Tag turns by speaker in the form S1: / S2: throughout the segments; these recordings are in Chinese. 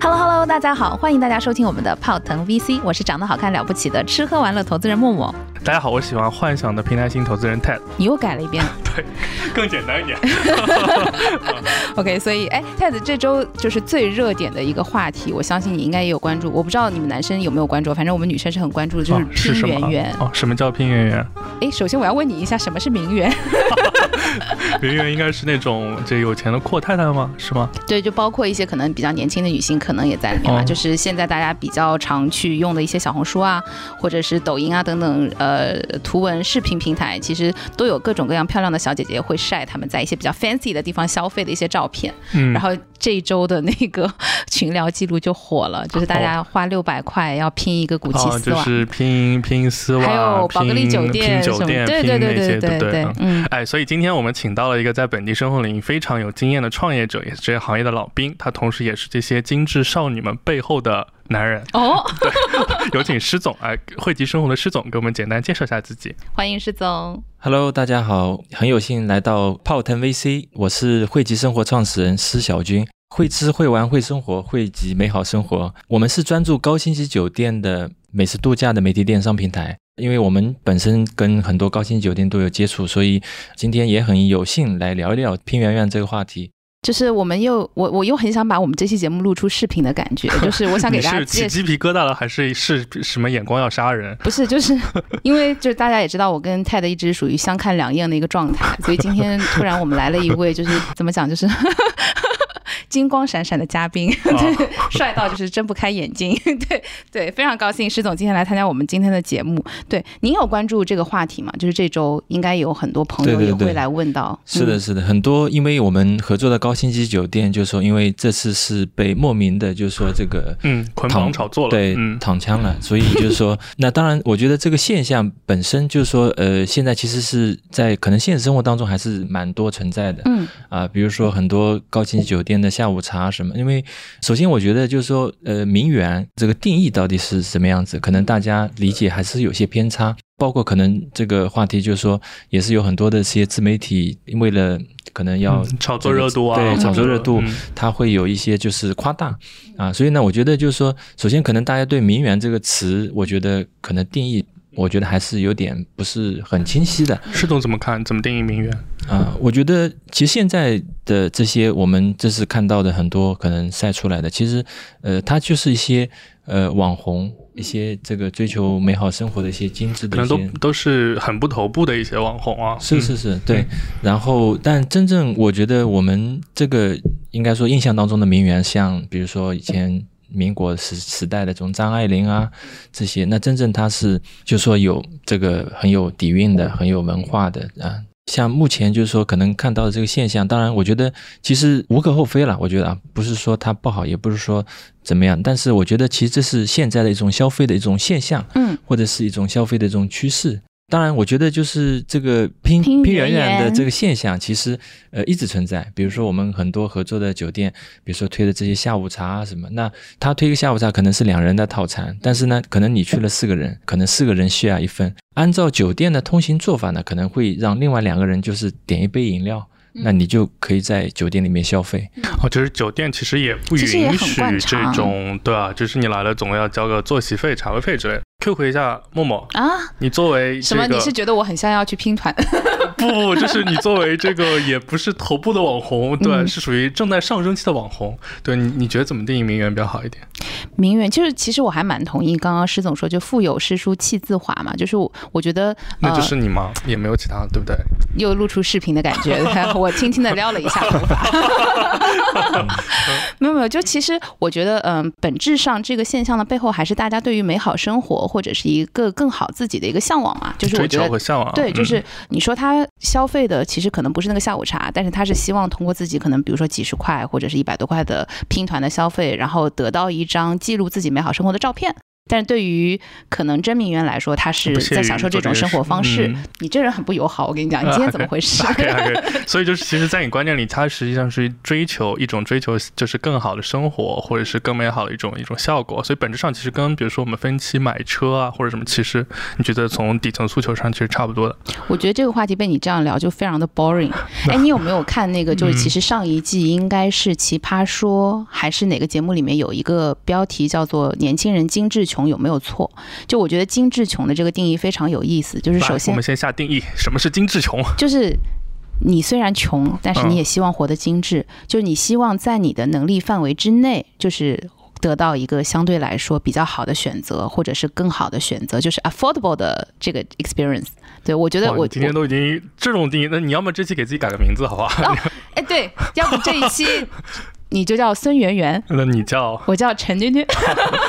S1: Hello Hello，大家好，欢迎大家收听我们的泡腾 VC，我是长得好看了不起的吃喝玩乐投资人默默。
S2: 大家好，我喜欢幻想的平台型投资人 Ted，
S1: 你又改了一遍。
S2: 对，更简单一点。
S1: OK，所以哎，Ted 这周就是最热点的一个话题，我相信你应该也有关注。我不知道你们男生有没有关注，反正我们女生是很关注的，就
S2: 哦是
S1: 拼
S2: 什么
S1: 圆圆。
S2: 哦，什么叫拼圆圆？
S1: 哎、首先我要问你一下，什么是名媛？
S2: 圆圆应该是那种这有钱的阔太太吗？是吗？
S1: 对，就包括一些可能比较年轻的女性，可能也在里面嘛。
S2: 哦
S1: 就是现在大家比较常去用的一些小红书啊，或者是抖音啊等等，呃，图文视频平台，其实都有各种各样漂亮的小姐姐会晒她们在一些比较 fancy 的地方消费的一些照片。
S2: 嗯
S1: 然，后这一周的那个 群聊记录就火了，就是大家花六百块要拼一个古奇
S2: 哦，
S1: 丝
S2: 就
S1: 袜，
S2: 是拼拼丝袜，
S1: 还有宝格丽
S2: 拼
S1: 店什
S2: 拼酒
S1: 么，
S2: 店，
S1: 对
S2: 拼
S1: 对
S2: 那
S1: 对
S2: 些，
S1: 对
S2: 对
S1: 对
S2: 不
S1: 对，嗯。
S2: 哎，所以今天我们请到了一个在本地生活领域非常有经验的创业者，也是这些行业的老兵，他同时也是这些精致少女们背后的男人。
S1: 哦，
S2: 有请施总，哎，汇集生活的施总给我们简单介绍一下自己。
S1: 欢迎施总。
S3: Hello，大家好，很有幸来到泡腾 VC，我是汇集生活创始人施小军。会吃会玩会生活，汇集美好生活。我们是专注高星级酒店的美食度假的媒体电商平台，因为我们本身跟很多高星级酒店都有接触，所以今天也很有幸来聊一聊拼圆圆这个话题。
S1: 就是我们又我我又很想把我们这期节目录出视频的感 觉，就是我想给
S2: 你
S1: 大家
S2: 是
S1: 介
S2: 起
S1: 绍
S2: 鸡。皮疙瘩了，还是是什么眼光要 杀人？
S1: 不是，就是因为就是大家也知道，我跟 Ted 一直属于相看两厌的一个状态，所以今天突然我们来了一位，就是怎么讲，就是 金光闪闪的嘉宾，
S2: 啊
S1: 对，帅到就是睁不开眼睛， 对对，非常高兴施总今天来参加我们今天的节目。对，您有关注这个话题吗？就是这周应该有很多朋友
S3: 对对
S1: 也会
S3: 对
S1: 来问到，
S3: 是的，
S1: 嗯，
S3: 是的，很多因为我们合作的高星级酒店，就是说因为这次是被莫名的，就是说这个
S2: 嗯，捆绑炒作了，
S3: 对，
S2: 嗯，
S3: 躺枪了。所以就是 说，那当然，我觉得这个现象本身就是说，呃，现在其实是在可能现实生活当中还是蛮多存在的
S1: 嗯
S3: 啊、比如说很多高星级酒店的下午茶什么。因为首先我觉得就是说，呃，名媛这个定义到底是什么样子，可能大家理解还是有些偏差。包括可能这个话题就是说，也是有很多的这些自媒体为了可能要
S2: 嗯炒作热度啊，
S3: 对
S2: 或者
S3: 炒作热度
S2: 嗯
S3: 它会有一些就是夸大啊，所以呢，我觉得就是说，首先可能大家对“名媛”这个词，我觉得可能定义，我觉得还是有点不是很清晰的
S2: 施总怎么看？怎么定义名媛？
S3: 啊。我觉得其实现在的这些我们这次看到的很多可能晒出来的，其实呃，它就是一些呃网红，一些这个追求美好生活的一些精致
S2: 可
S3: 的一
S2: 能
S3: 些
S2: 都都是很不头部的一些网红啊，
S3: 是是是，对。然后，但真正我觉得我们这个应该说印象当中的名媛，像比如说以前民国时时代的这种张爱玲啊这些，那真正她是就说有这个很有底蕴的、很有文化的啊。像目前就是说可能看到的这个现象，当然我觉得其实无可厚非了。我觉得啊，不是说它不好，也不是说怎么样，但是我觉得其实这是现在的一种消费的一种现象。
S1: 嗯，
S3: 或者是一种消费的这种趋势。当然，我觉得就是这个拼
S1: 拼
S3: 拼
S1: 圆
S3: 圆圆的
S1: 圆
S3: 这个现象，其实呃一直存在。比如说我们很多合作的酒店，比如说推的这些下午茶啊什么，那他推个下午茶可能是两人的套餐，但是呢，可能你去了四个人，可能四个人 share 一份。按照酒店的通行做法呢，可能会让另外两个人就是点一杯饮料，那你就可以在酒店里面消费。
S2: 哦，就是酒店其实也不
S1: 其实也
S2: 允
S1: 很
S2: 许
S1: 惯
S2: 这
S1: 常
S2: 种，对啊，就是你来了总要交个坐席费、茶位费之类的。Q 回一下默默，
S1: 啊，
S2: 你作为
S1: 什
S2: 这
S1: 么？
S2: 个
S1: 你是觉得我很像要去拼 团？
S2: 不，就是你作为这个也不是头部的网红，对，
S1: 嗯
S2: 是属于正在上升期的网红，对你你觉得怎么定义名媛比较好一点？
S1: 名媛就是，其实我还蛮同意刚刚施总说，就腹有诗书气自华嘛，就是我我觉得
S2: 那就
S1: 呃
S2: 是你吗？也没有其他，对不对？
S1: 又露出视频的感觉，我轻轻的撩了一下头发。没有没有，就其实我觉得，嗯、本质上这个现象的背后，还是大家对于美好生活或者是一个更好自己的一个向往嘛。就是我
S2: 追
S1: 觉
S2: 求
S1: 得
S2: 和向往，
S1: 对，就
S2: 嗯
S1: 是你说他消费的其实可能不是那个下午茶，但是他是希望通过自己可能比如说几十块或者是一百多块的拼团的消费，然后得到一张记录自己美好生活的照片。但是对于可能真名媛来说，他是
S2: 不屑于
S1: 在享受这
S2: 做
S1: 种
S2: 件
S1: 生活
S2: 事
S1: 方式。
S2: 嗯
S1: 你这人很不友好，我跟你讲，你今天怎么回事？
S2: 可以 啊，可以。所以就是，其实，在你观念里，它实际上是追求一种追求，就是更好的生活，或者是更美好的一种一种效果。所以本质上，其实跟比如说我们分期买车啊，或者什么，其实你觉得从底层诉求上其实差不多的。
S1: 我觉得这个话题被你这样聊就非常的 boring。哎，你有没有看那个？就是
S2: 嗯
S1: 其实上一季应该是《奇葩说》还是哪个节目里面有一个标题叫做“年轻人精致穷有没有错”？就我觉得精致穷的这个定义非常有意思，就是
S2: 来
S1: 首
S2: 我
S1: 先
S2: 们先下定义，什么是精致穷？
S1: 就是。你虽然穷，但
S2: 嗯
S1: 是你也希望活得精致，就是你希望在你的能力范围之内，就是得到一个相对来说比较好的选择，或者是更好的选择，就是 affordable 的这个 experience。对我觉得
S2: 哇
S1: 我
S2: 你今天都已经这种定义，那你要么这期给自己改个名字，好吧？
S1: 哎，对，要不这 一期你就叫孙媛媛，
S2: 那你叫
S1: 我叫陈娟娟，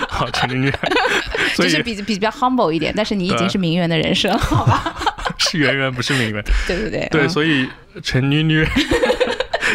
S2: 好陈 君君，
S1: 就
S2: 所以
S1: 是比比比较 humble 一点，但是你已经
S2: 对
S1: 是名媛的人生，好吧？
S2: 是圆圆，不是明媛。
S1: 对对对。
S2: 对，
S1: 嗯
S2: 所以陈妮 妮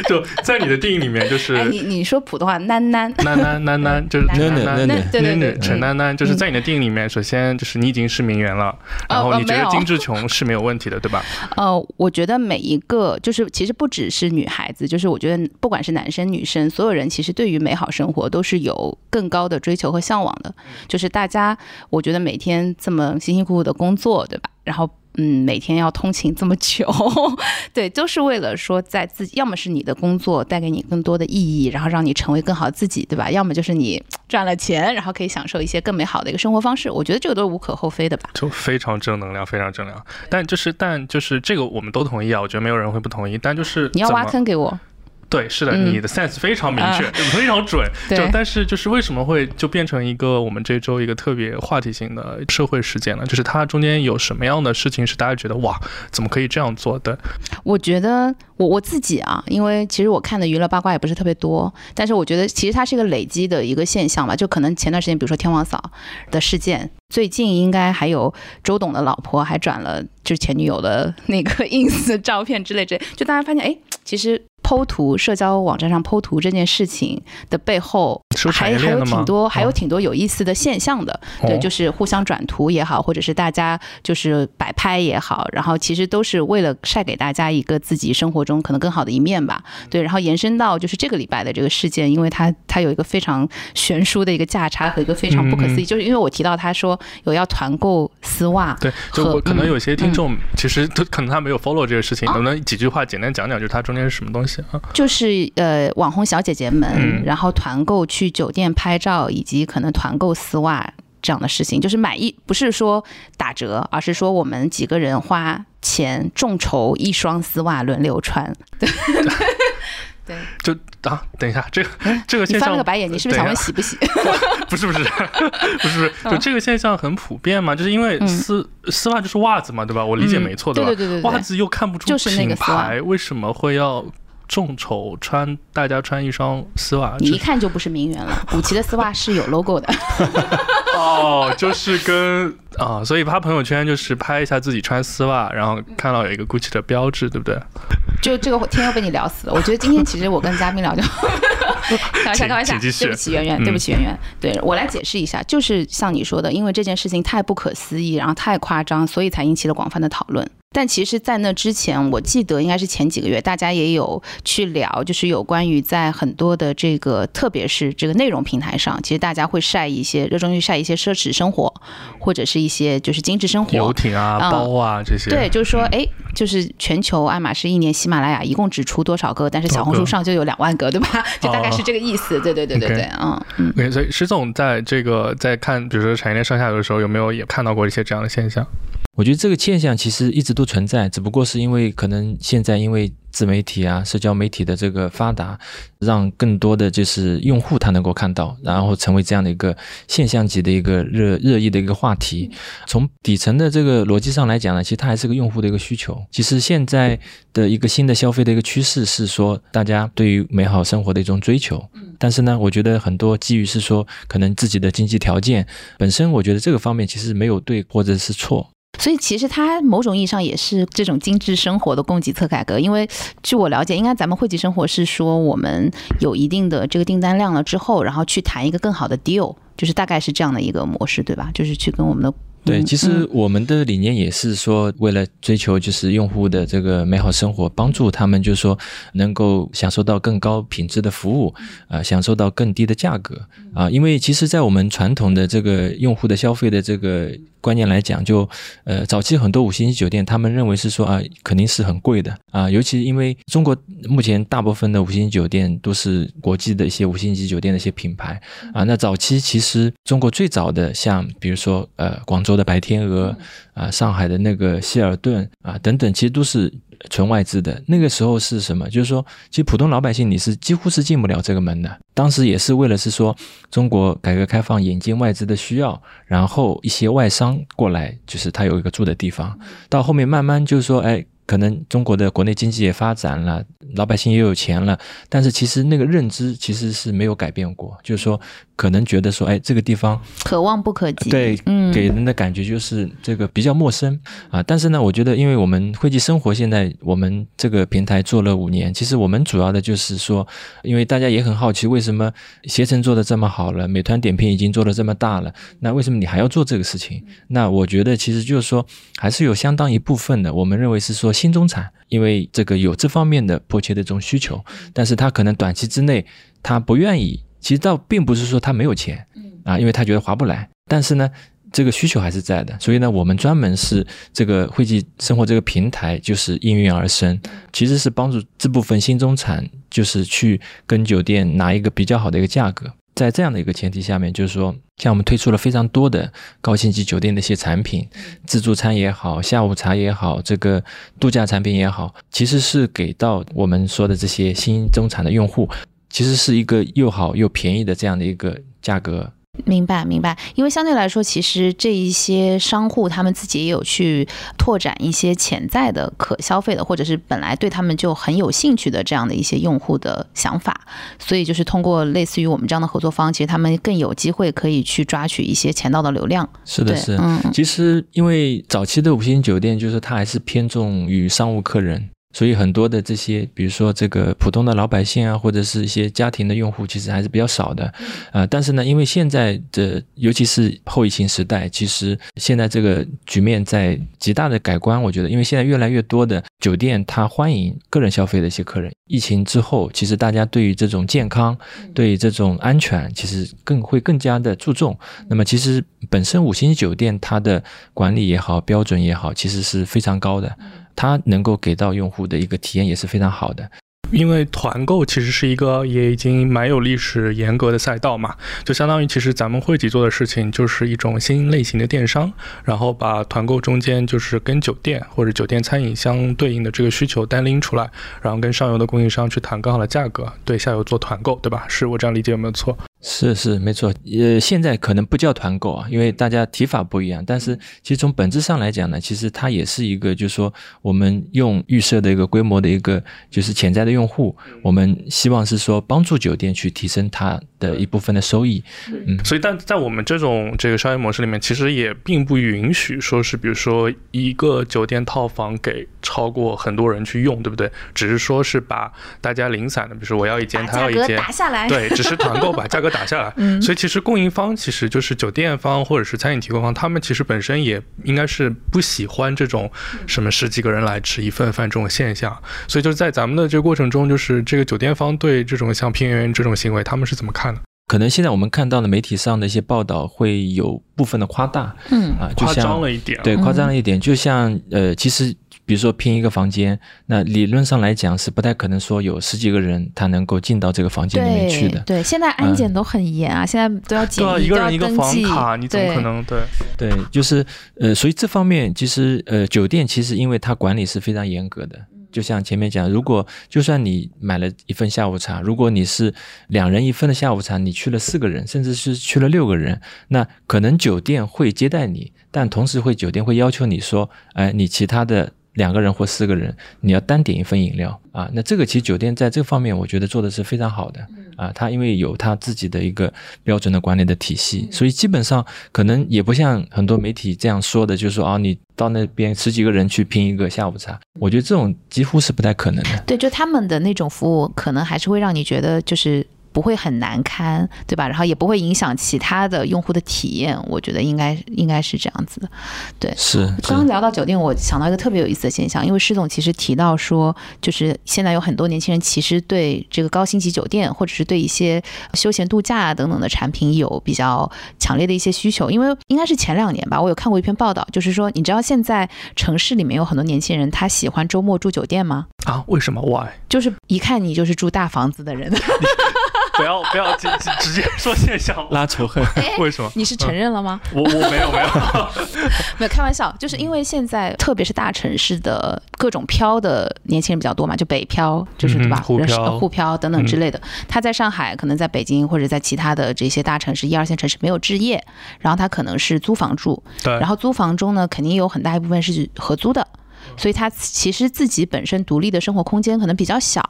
S2: 就在你的定义里面，就是
S1: 哎，你你说普通话，囡囡，
S2: 囡囡囡囡，就是
S1: 囡
S2: 囡囡
S3: 囡囡
S1: 那
S3: 囡
S1: 对对对，
S2: 陈
S1: 嗯
S2: 丹丹就是在你的电影里面，首先就是你已经是名媛了，然后
S1: 呃
S2: 你觉
S1: 没
S2: 得
S1: 有
S2: 金志琼是没有问题的，对 吧？
S1: 呃，我觉得每一个就是，其实不只是女孩子，就是我觉得不管是男生女生，所有人其实对于美好生活都是有更高的追求和向往
S2: 嗯
S1: 的。就是大家，我觉得每天这么辛辛苦苦的工作，对吧？然后。嗯，每天要通勤这么久， 对，都是为了说在自己，要么是你的工作带给你更多的意义，然后让你成为更好的自己，对吧？要么就是你赚了钱，然后可以享受一些更美好的一个生活方式。我觉得这个都是无可厚非的吧。
S2: 就非常正能量，非常正能量。但就是但就是这个我们都同意啊，我觉得没有人会不同意。但就是
S1: 你要
S2: 怎
S1: 挖
S2: 么
S1: 坑给我，
S2: 对，是的，
S1: 嗯
S2: 你的 sense 非常明确，
S1: 啊
S2: 非常准。
S1: 对
S2: 就但是就是为什么会就变成一个我们这周一个特别话题性的社会事件呢？就是它中间有什么样的事情是大家觉得哇，怎么可以这样做的？
S1: 我觉得我我自己啊，因为其实我看的娱乐八卦也不是特别多，但是我觉得其实它是一个累积的一个现象吧。就可能前段时间，比如说天王嫂的事件，最近应该还有周董的老婆还转了就是前女友的那个 ins 照片之类之类，就大家发现哎，其实。剖图，社交网站上剖图这件事情的背后
S2: 是有，产
S1: 还
S2: 业
S1: 还
S2: 链
S1: 有
S2: 的吗
S1: 挺多，还有
S2: 哦
S1: 挺多有意思的现象的。对，
S2: 哦
S1: 就是互相转图也好，或者是大家就是摆拍也好，然后其实都是为了晒给大家一个自己生活中可能更好的一面吧。对，然后延伸到就是这个礼拜的这个事件，因为它它有一个非常悬殊的一个价差和一个非常不可思议，就是因为我提到他说有要团购丝袜，
S2: 对，就
S1: 和
S2: 我可能有
S1: 嗯
S2: 些
S1: 啊
S2: 听众其实都可能他没有 follow 这个事情，能不能几句话简单讲讲，就是它中间是什么东西啊？
S1: 就是呃网红小姐姐们，
S2: 嗯
S1: 然后团购去酒店拍照，以及可能团购丝袜这样的事情，就是买一不是说打折，而是说我们几个人花钱众筹一双丝袜轮流穿。对，
S2: 就啊，等一下，这个这个
S1: 哎你
S2: 现
S1: 翻了
S2: 象
S1: 个白眼，你是不是想问
S2: 等一
S1: 洗不洗？
S2: 不是不是不是不是，就这个现象很普遍嘛，就是因为
S1: 嗯
S2: 丝丝袜就是袜子嘛，对吧？我理解
S1: 嗯
S2: 没错，
S1: 对
S2: 吧
S1: 对？对对对
S2: 袜子又看不出
S1: 就是那
S2: 品
S1: 个丝袜
S2: 牌，为什么会要众筹穿大家穿一双丝袜？
S1: 你
S2: 就
S1: 一 看就不是名媛了。古奇的丝袜是有 logo 的，
S2: 哦，就是跟啊，所以发朋友圈就是拍一下自己穿丝袜，然后看到有一个 GUCCI 的标志，对不对？
S1: 就这个天又被你聊死了。我觉得今天其实我跟嘉宾 聊就，开玩笑，
S2: 请
S1: 开玩笑，
S2: 请继续
S1: 对
S2: 嗯
S1: 不起圆圆，对不起圆圆，对我来解释一下，就是像你说的，因为这件事情太不可思议，然后太夸张，所以才引起了广泛的讨论。但其实，在那之前，我记得应该是前几个月，大家也有去聊，就是有关于在很多的这个，特别是这个内容平台上，其实大家会晒一些热衷于晒一些奢侈生活，或者是一些就是精致生活，
S2: 游艇啊、
S1: 嗯
S2: 包啊这些，
S1: 对，就是说，哎，就是全球爱马仕一年喜马拉雅一共只出多少个，但是小红
S2: 多
S1: 书
S2: 少个
S1: 上就有两万个，对吧？就大概是这个意思。对对对对对，嗯嗯。
S2: 对，所以石总在这个在看，比如说产业链上下游的时候，有没有也看到过一些这样的现象？
S3: 我觉得这个现象其实一直都存在，只不过是因为可能现在因为自媒体啊、社交媒体的这个发达，让更多的就是用户他能够看到，然后成为这样的一个现象级的一个热热议的一个话题。从底层的这个逻辑上来讲呢，其实它还是个用户的一个需求。其实现在的一个新的消费的一个趋势是说，大家对于美好生活的一种追求。但是呢，我觉得很多基于是说，可能自己的经济条件本身，我觉得这个方面其实没有对或者是错。
S4: 所以其实它某种意义上也是这种精致生活的供给侧改革，因为据我了解，应该咱们惠及生活是说我们有一定的这个订单量了之后，然后去谈一个更好的 deal，就是大概是这样的一个模式，对吧？就是去跟我们的
S3: 对，
S4: 嗯
S3: 其实我们的理念也是说，为了追求就是用户的这个美好生活，帮助他们就是说能够享受到更高品质的服务，
S4: 嗯
S3: 啊、享受到更低的价格啊、因为其实，在我们传统的这个用户的消费的这个观念来讲，就呃，早期很多五星级酒店，他们认为是说啊，肯定是很贵的啊，尤其因为中国目前大部分的五星级酒店都是国际的一些五星级酒店的一些品牌，啊，那早期其实中国最早的像比如说呃广州的白天鹅啊、上海的那个希尔顿啊等等，其实都是纯外资的。那个时候是什么？就是说，其实普通老百姓你是几乎是进不了这个门的。当时也是为了是说中国改革开放引进外资的需要，然后一些外商过来，就是他有一个住的地方。到后面慢慢就是说，哎。可能中国的国内经济也发展了，老百姓也有钱了，但是其实那个认知其实是没有改变过，就是说可能觉得说，哎，这个地方
S4: 可望不可及，
S3: 对，
S4: 嗯，
S3: 给人的感觉就是这个比较陌生啊。但是呢，我觉得因为我们汇集生活现在我们这个平台做了五年，其实我们主要的就是说，因为大家也很好奇，为什么携程做的这么好了，美团点评已经做的这么大了，那为什么你还要做这个事情？那我觉得其实就是说，还是有相当一部分的，我们认为是说新中产，因为这个有这方面的迫切的这种需求，但是他可能短期之内他不愿意。其实倒并不是说他没有钱，啊，因为他觉得划不来。但是呢，这个需求还是在的，所以呢，我们专门是这个汇集生活这个平台，就是应运而生，其实是帮助这部分新中产，就是去跟酒店拿一个比较好的一个价格。在这样的一个前提下面，就是说，像我们推出了非常多的高星级酒店的一些产品，自助餐也好，下午茶也好，这个度假产品也好，其实是给到我们说的这些新中产的用户，其实是一个又好又便宜的这样的一个价格
S4: 明白明白，因为相对来说，其实这一些商户他们自己也有去拓展一些潜在的可消费的，或者是本来对他们就很有兴趣的这样的一些用户的想法，所以就是通过类似于我们这样的合作方，其实他们更有机会可以去抓取一些钱到的流量。
S3: 是的，
S4: 对，
S3: 是。
S4: 嗯，嗯
S3: 其实因为早期的五星级酒店，就是它还是偏重于商务客人，所以很多的这些，比如说这个普通的老百姓啊，或者是一些家庭的用户，其实还是比较少的。呃，但是呢，因为现在的尤其是后疫情时代，其实现在这个局面在极大的改观。我觉得，因为现在越来越多的酒店它欢迎个人消费的一些客人。疫情之后，其实大家对于这种健康、对于这种安全，其实更会更加的注重。那么，其实本身五星级酒店它的管理也好、标准也好，其实是非常高的，它能够给到用户的一个体验也是非常好的。
S2: 因为团购其实是一个也已经蛮有历史严格的赛道嘛，就相当于其实咱们汇集做的事情就是一种新类型的电商，然后把团购中间就是跟酒店或者酒店餐饮相对应的这个需求单拎出来，然后跟上游的供应商去谈更好的价格，对下游做团购，对吧？是我这样理解有没有错？
S3: 是是没错，呃，现在可能不叫团购啊，因为大家提法不一样。但是其实从本质上来讲呢，其实它也是一个，就是说我们用预设的一个规模的一个，就是潜在的用户，我们希望是说帮助酒店去提升它的一部分的收益。嗯
S2: 所以，但在我们这种这个商业模式里面，其实也并不允许说是，比如说一个酒店套房给超过很多人去用，对不对？只是说是把大家零散的，比如说我要一间，
S4: 把
S2: 他
S4: 价
S2: 要一
S4: 格
S2: 间，嗯
S4: 打 下来。
S2: 对，只是团购把价格打下来。
S4: 嗯
S2: 所以其实供应方其实就是酒店方或者是餐饮提供方，他们其实本身也应该是不喜欢这种什么十几个人来吃一份饭这种现象。所以就是在咱们的这个过程中，就是这个酒店方对这种像平原这种行为，他们是怎么看的？
S3: 可能现在我们看到的媒体上的一些报道会有部分的夸大
S4: 嗯，
S3: 啊，就
S2: 夸
S3: 像
S2: 张了一点啊，
S3: 对，
S4: 嗯
S3: 夸张了一点，就像呃，其实比如说拼一个房间，那理论上来讲是不太可能说有十几个人他能够进到这个房间里面去
S4: 对
S3: 的。
S4: 对，现在安检都很严啊，现在都要检
S2: 嗯对啊，
S4: 疫，
S2: 一
S4: 都
S2: 个
S4: 要
S2: 人一个
S4: 登
S2: 房
S4: 记
S2: 卡，你怎么
S4: 对
S2: 可能对？
S3: 对，就是呃，所以这方面其实呃，酒店其实因为它管理是非常严格的。就像前面讲，如果就算你买了一份下午茶，如果你是两人一份的下午茶，你去了四个人，甚至是去了六个人，那可能酒店会接待你，但同时会酒店会要求你说，哎，你其他的两个人或四个人，你要单点一份饮料啊。那这个其实酒店在这方面，我觉得做的是非常好的啊。它因为有它自己的一个标准的管理的体系，所以基本上可能也不像很多媒体这样说的，就是说啊，你到那边十几个人去拼一个下午茶，我觉得这种几乎是不太可能的。
S1: 对，就他们的那种服务，可能还是会让你觉得就是不会很难堪，对吧？然后也不会影响其他的用户的体验，我觉得应该应该是这样子的。
S3: 是
S1: 刚刚
S3: 是，
S1: 聊到酒店，我想到一个特别有意思的现象，因为施总其实提到说，就是现在有很多年轻人其实对这个高星级酒店，或者是对一些休闲度假啊等等的产品有比较强烈的一些需求。因为应该是前两年吧，我有看过一篇报道，就是说，你知道现在城市里面有很多年轻人他喜欢周末住酒店吗？
S2: 啊，为什么？Why？
S1: 就是一看你就是住大房子的 人，
S2: 不要不要直直直接说现 象，
S3: 拉仇恨。
S2: 为什么？
S1: 你是承认了吗？
S2: 我我没有没有，
S1: 没有开玩笑，就是因为现在特别是大城市的各种漂的年轻人比较多嘛，就北漂，就是
S2: 嗯哼
S1: 对吧？
S2: 沪
S1: 人是
S2: 漂
S1: 沪漂等等
S2: 嗯
S1: 之类的。他在上海，可能在北京或者在其他的这些大城市一二线城市没有置业，然后他可能是租房住，
S2: 对
S1: 然后租房中呢，肯定有很大一部分是合租的，所以他其实自己本身独立的生活空间可能比较小，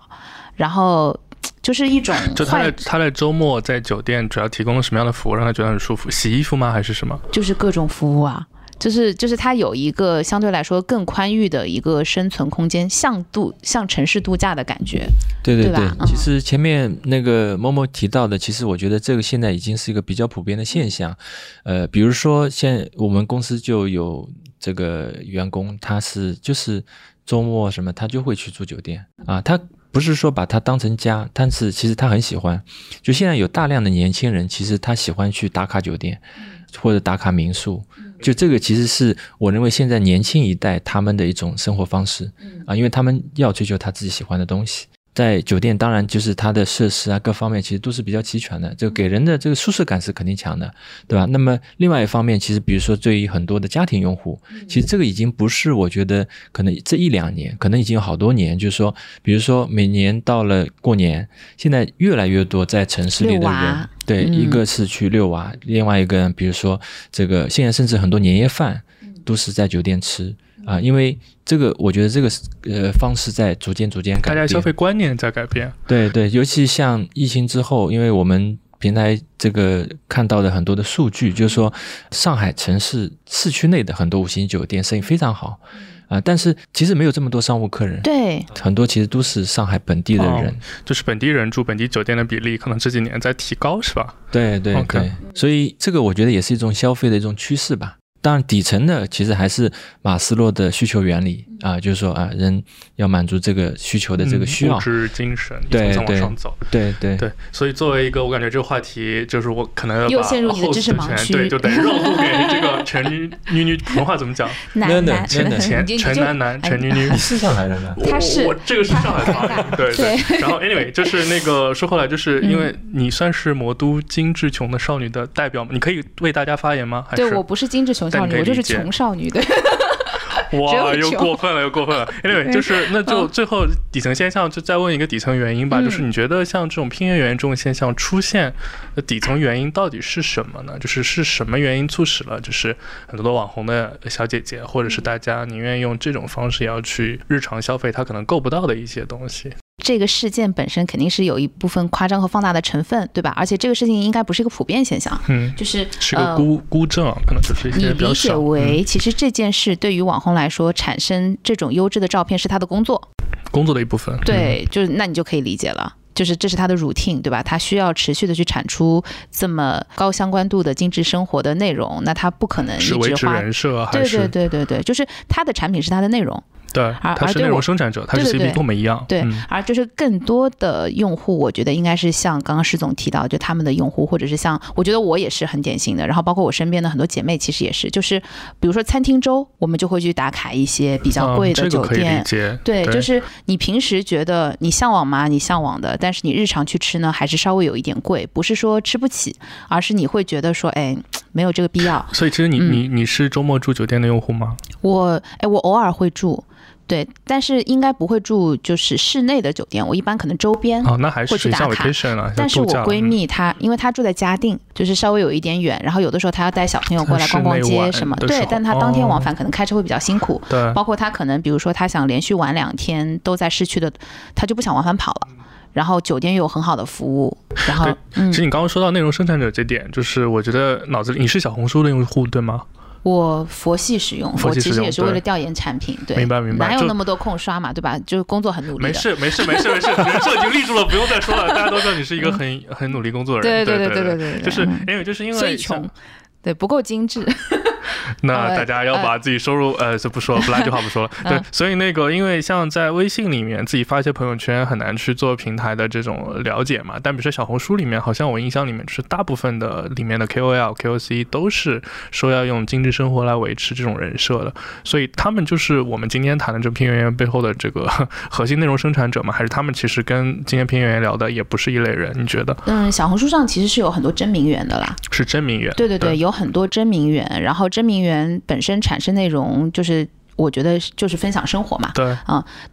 S1: 然后。就是一种
S2: 就他
S1: 坏
S2: 在，他在周末在酒店主要提供了什么样的服务，让他觉得很舒服？洗衣服吗？还是什么？
S1: 就是各种服务啊，就是就是它有一个相对来说更宽裕的一个生存空间，像度像城市度假的感觉。
S3: 对对
S1: 对吧嗯
S3: 其实前面那个某某提到的，其实我觉得这个现在已经是一个比较普遍的现象。
S1: 嗯
S3: 呃，比如说现我们公司就有这个员工，他是就是周末什么，他就会去住酒店啊，他。不是说把它当成家，但是其实他很喜欢。就现在有大量的年轻人，其实他喜欢去打卡酒店
S1: 嗯
S3: 或者打卡民宿。就这个其实是我认为现在年轻一代他们的一种生活方式
S1: 嗯
S3: 啊，因为他们要追求他自己喜欢的东西。在酒店，当然就是它的设施啊，各方面其实都是比较齐全的，这个给人的这个舒适感是肯定强的，对吧？那么另外一方面，其实比如说对于很多的家庭用户，
S1: 嗯
S3: 其实这个已经不是我觉得可能这一两年，可能已经有好多年，就是说，比如说每年到了过年，现在越来越多在城市里
S1: 遛
S3: 的
S1: 娃
S3: 人，对，
S1: 嗯
S3: 一个是去遛娃，另外一个比如说这个现在甚至很多年夜饭都是在酒店吃。啊，因为这个，我觉得这个呃方式在逐渐逐渐改
S2: 大
S3: 变，
S2: 家消费观念在改变。
S3: 对对，尤其像疫情之后，因为我们平台这个看到的很多的数据，就是说上海城市市区内的很多五星酒店生意非常好，啊、但是其实没有这么多商务客人，
S1: 对，
S3: 很多其实都是上海本地的
S2: 哦
S3: 人，
S2: 就是本地人住本地酒店的比例，可能这几年在提高，是吧？
S3: 对对
S2: OK
S3: 对，所以这个我觉得也是一种消费的一种趋势吧。当然，底层的其实还是马斯洛的需求原理啊、就是说啊，人要满足这个需求的这个需要
S2: 物。质、精神一
S3: 对
S2: 层层往
S3: 对
S2: 上走。
S3: 对对
S2: 嗯对，所以作为一个，我感觉这个话题就是我可能要
S1: 又
S2: 把
S1: 陷入你的
S2: host
S1: 知识盲
S2: 权
S1: 区
S2: 对，就等于让渡给这个陈女女女普通话怎么讲？
S1: 男
S3: 真的
S1: 男
S3: 真的
S2: 前
S1: 你
S2: 陈
S1: 就
S2: 男男、陈女女。
S3: 是上海人吗？
S2: 我
S1: 他 是
S2: 我我这个是上海话
S1: 他很尴尬，
S2: 对对。然后 anyway，就是那个说回来，就是因
S1: 嗯
S2: 为你算是魔都金志琼的少女的代表吗？你可以为大家发言吗？还是
S4: 对我不是精致穷少
S2: 但你
S4: 女，
S2: 可以
S4: 我就是
S2: 理解
S4: 穷少女，对，只有
S2: 哇，
S4: 很
S2: 又
S4: 穷
S2: 过分了， 又过分了。Anyway，就是那
S1: 嗯
S2: 就最后底层现象，就再问一个底层原因吧，就是你觉得像这种拼业园这种现象出现的底层原因到底是什么呢？就是是什么原因促使了就是很多的网红的小姐姐，或者是大家宁愿用这种方式也要去日常消费她可能够不到的一些东西？
S1: 这个事件本身肯定是有一部分夸张和放大的成分，对吧？而且这个事情应该不是一个普遍现象，
S2: 嗯，
S1: 就是
S2: 是个
S1: 呃
S2: 孤孤证啊，可能就是一
S1: 你
S2: 些比
S1: 理
S2: 较
S1: 解
S2: 少。嗯
S1: 为，其实这件事对于网红来说，产生这种优质的照片是他的工作，
S2: 工作的一部分，嗯，
S1: 对，就是那你就可以理解了。就是这是他的 routine，对吧？他需要持续的去产出这么高相关度的精致生活的内容，那他不可能一
S2: 嗯是维
S1: 直
S2: 持
S1: 花。
S2: 人设还
S1: 对
S2: 是
S1: 对对对对，就是他的产品是他的内容，
S2: 对，
S1: 而而
S2: 它是
S1: 对
S2: 内容
S1: 我
S2: 生产者，它是
S1: 对对
S2: CP
S1: 对
S2: 跟我们一样。
S1: 对
S2: 嗯
S1: 而就是更多的用户，我觉得应该是像刚刚施总提到，就他们的用户，或者是像我觉得我也是很典型的，然后包括我身边的很多姐妹其实也是，就是比如说餐厅周，我们就会去打卡一些比较
S2: 嗯
S1: 贵的
S2: 这个
S1: 酒
S2: 可以
S1: 店，
S2: 理解。
S1: 对，就是你平时觉得你向往吗？你向往的，但是你日常去吃呢，还是稍微有一点贵，不是说吃不起，而是你会觉得说，哎，没有这个必 要。
S2: 所以其实你、你你是周末住酒店的用户吗？
S1: 我，哎，我偶尔会住，对，但是应该不会住就是室内的酒店，我一般可能周边。
S2: 哦，那还
S1: 嗯会
S2: 是
S1: 去打
S2: 像
S1: 卡
S2: vacation 了，像
S1: 但是
S2: 度
S1: 我
S2: 假了
S1: 闺
S2: 嗯
S1: 蜜她，因为她住在嘉定，就是稍微有一点远，然后有的时候她要带小朋友过来
S2: 在室
S1: 逛逛
S2: 内
S1: 街
S2: 玩
S1: 什么，
S2: 的时
S1: 对
S2: 候，
S1: 但她当天往
S2: 哦
S1: 返可能开车会比较辛苦，
S2: 对，
S1: 包括他可能，比如说他想连续玩两天都在市区的，他就不想往返跑了。然后酒店又有很好的服务，然后
S2: 嗯对
S1: 嗯
S2: 其，实你刚刚说到内容生产者这点，就是我觉得脑子里你是小红书的用户对吗？
S1: 我佛系使用，
S2: 佛
S1: 我
S2: 系
S1: 其
S2: 使
S1: 实
S2: 用
S1: 也是为
S2: 对
S1: 了调研产品，对，
S2: 明白明白
S1: 哪有
S2: 就
S1: 那么多空刷嘛，对吧？就是工作很努力
S2: 没
S1: 的，
S2: 事没事没事没 事，人设已经立住了，不用再说了。大家都知道你是一个很很努力工作的
S1: 对
S2: 人，
S1: 嗯对
S2: 对
S1: 对
S2: 对
S1: 对对，
S2: 就是
S1: 嗯
S2: 因为就是因为
S1: 所以
S2: 像
S1: 穷，对，不够精 致，
S2: 那
S1: 呃
S2: 大家要把自己收入，呃，这不说，不拉这话不说 了。对
S1: 嗯，
S2: 所以那个，因为像在微信里面自己发一些朋友圈，很难去做平台的这种了解嘛。但比如说小红书里面，好像我印象里面就是大部分的里面的 KOL、KOC 都是说要用精致生活来维持这种人设的，所以他们就是我们今天谈的这个拼圆圆背后的这个 核心内容生产者嘛？还是他们其实跟今天拼圆圆聊的也不是一类人？你觉得
S1: 嗯，小红书上其实是有很多真名媛的啦，
S2: 是真名媛？
S1: 对对对，有很多真名媛，然后真名媛本身产生内容就是。我觉得就是分享生活嘛，
S2: 对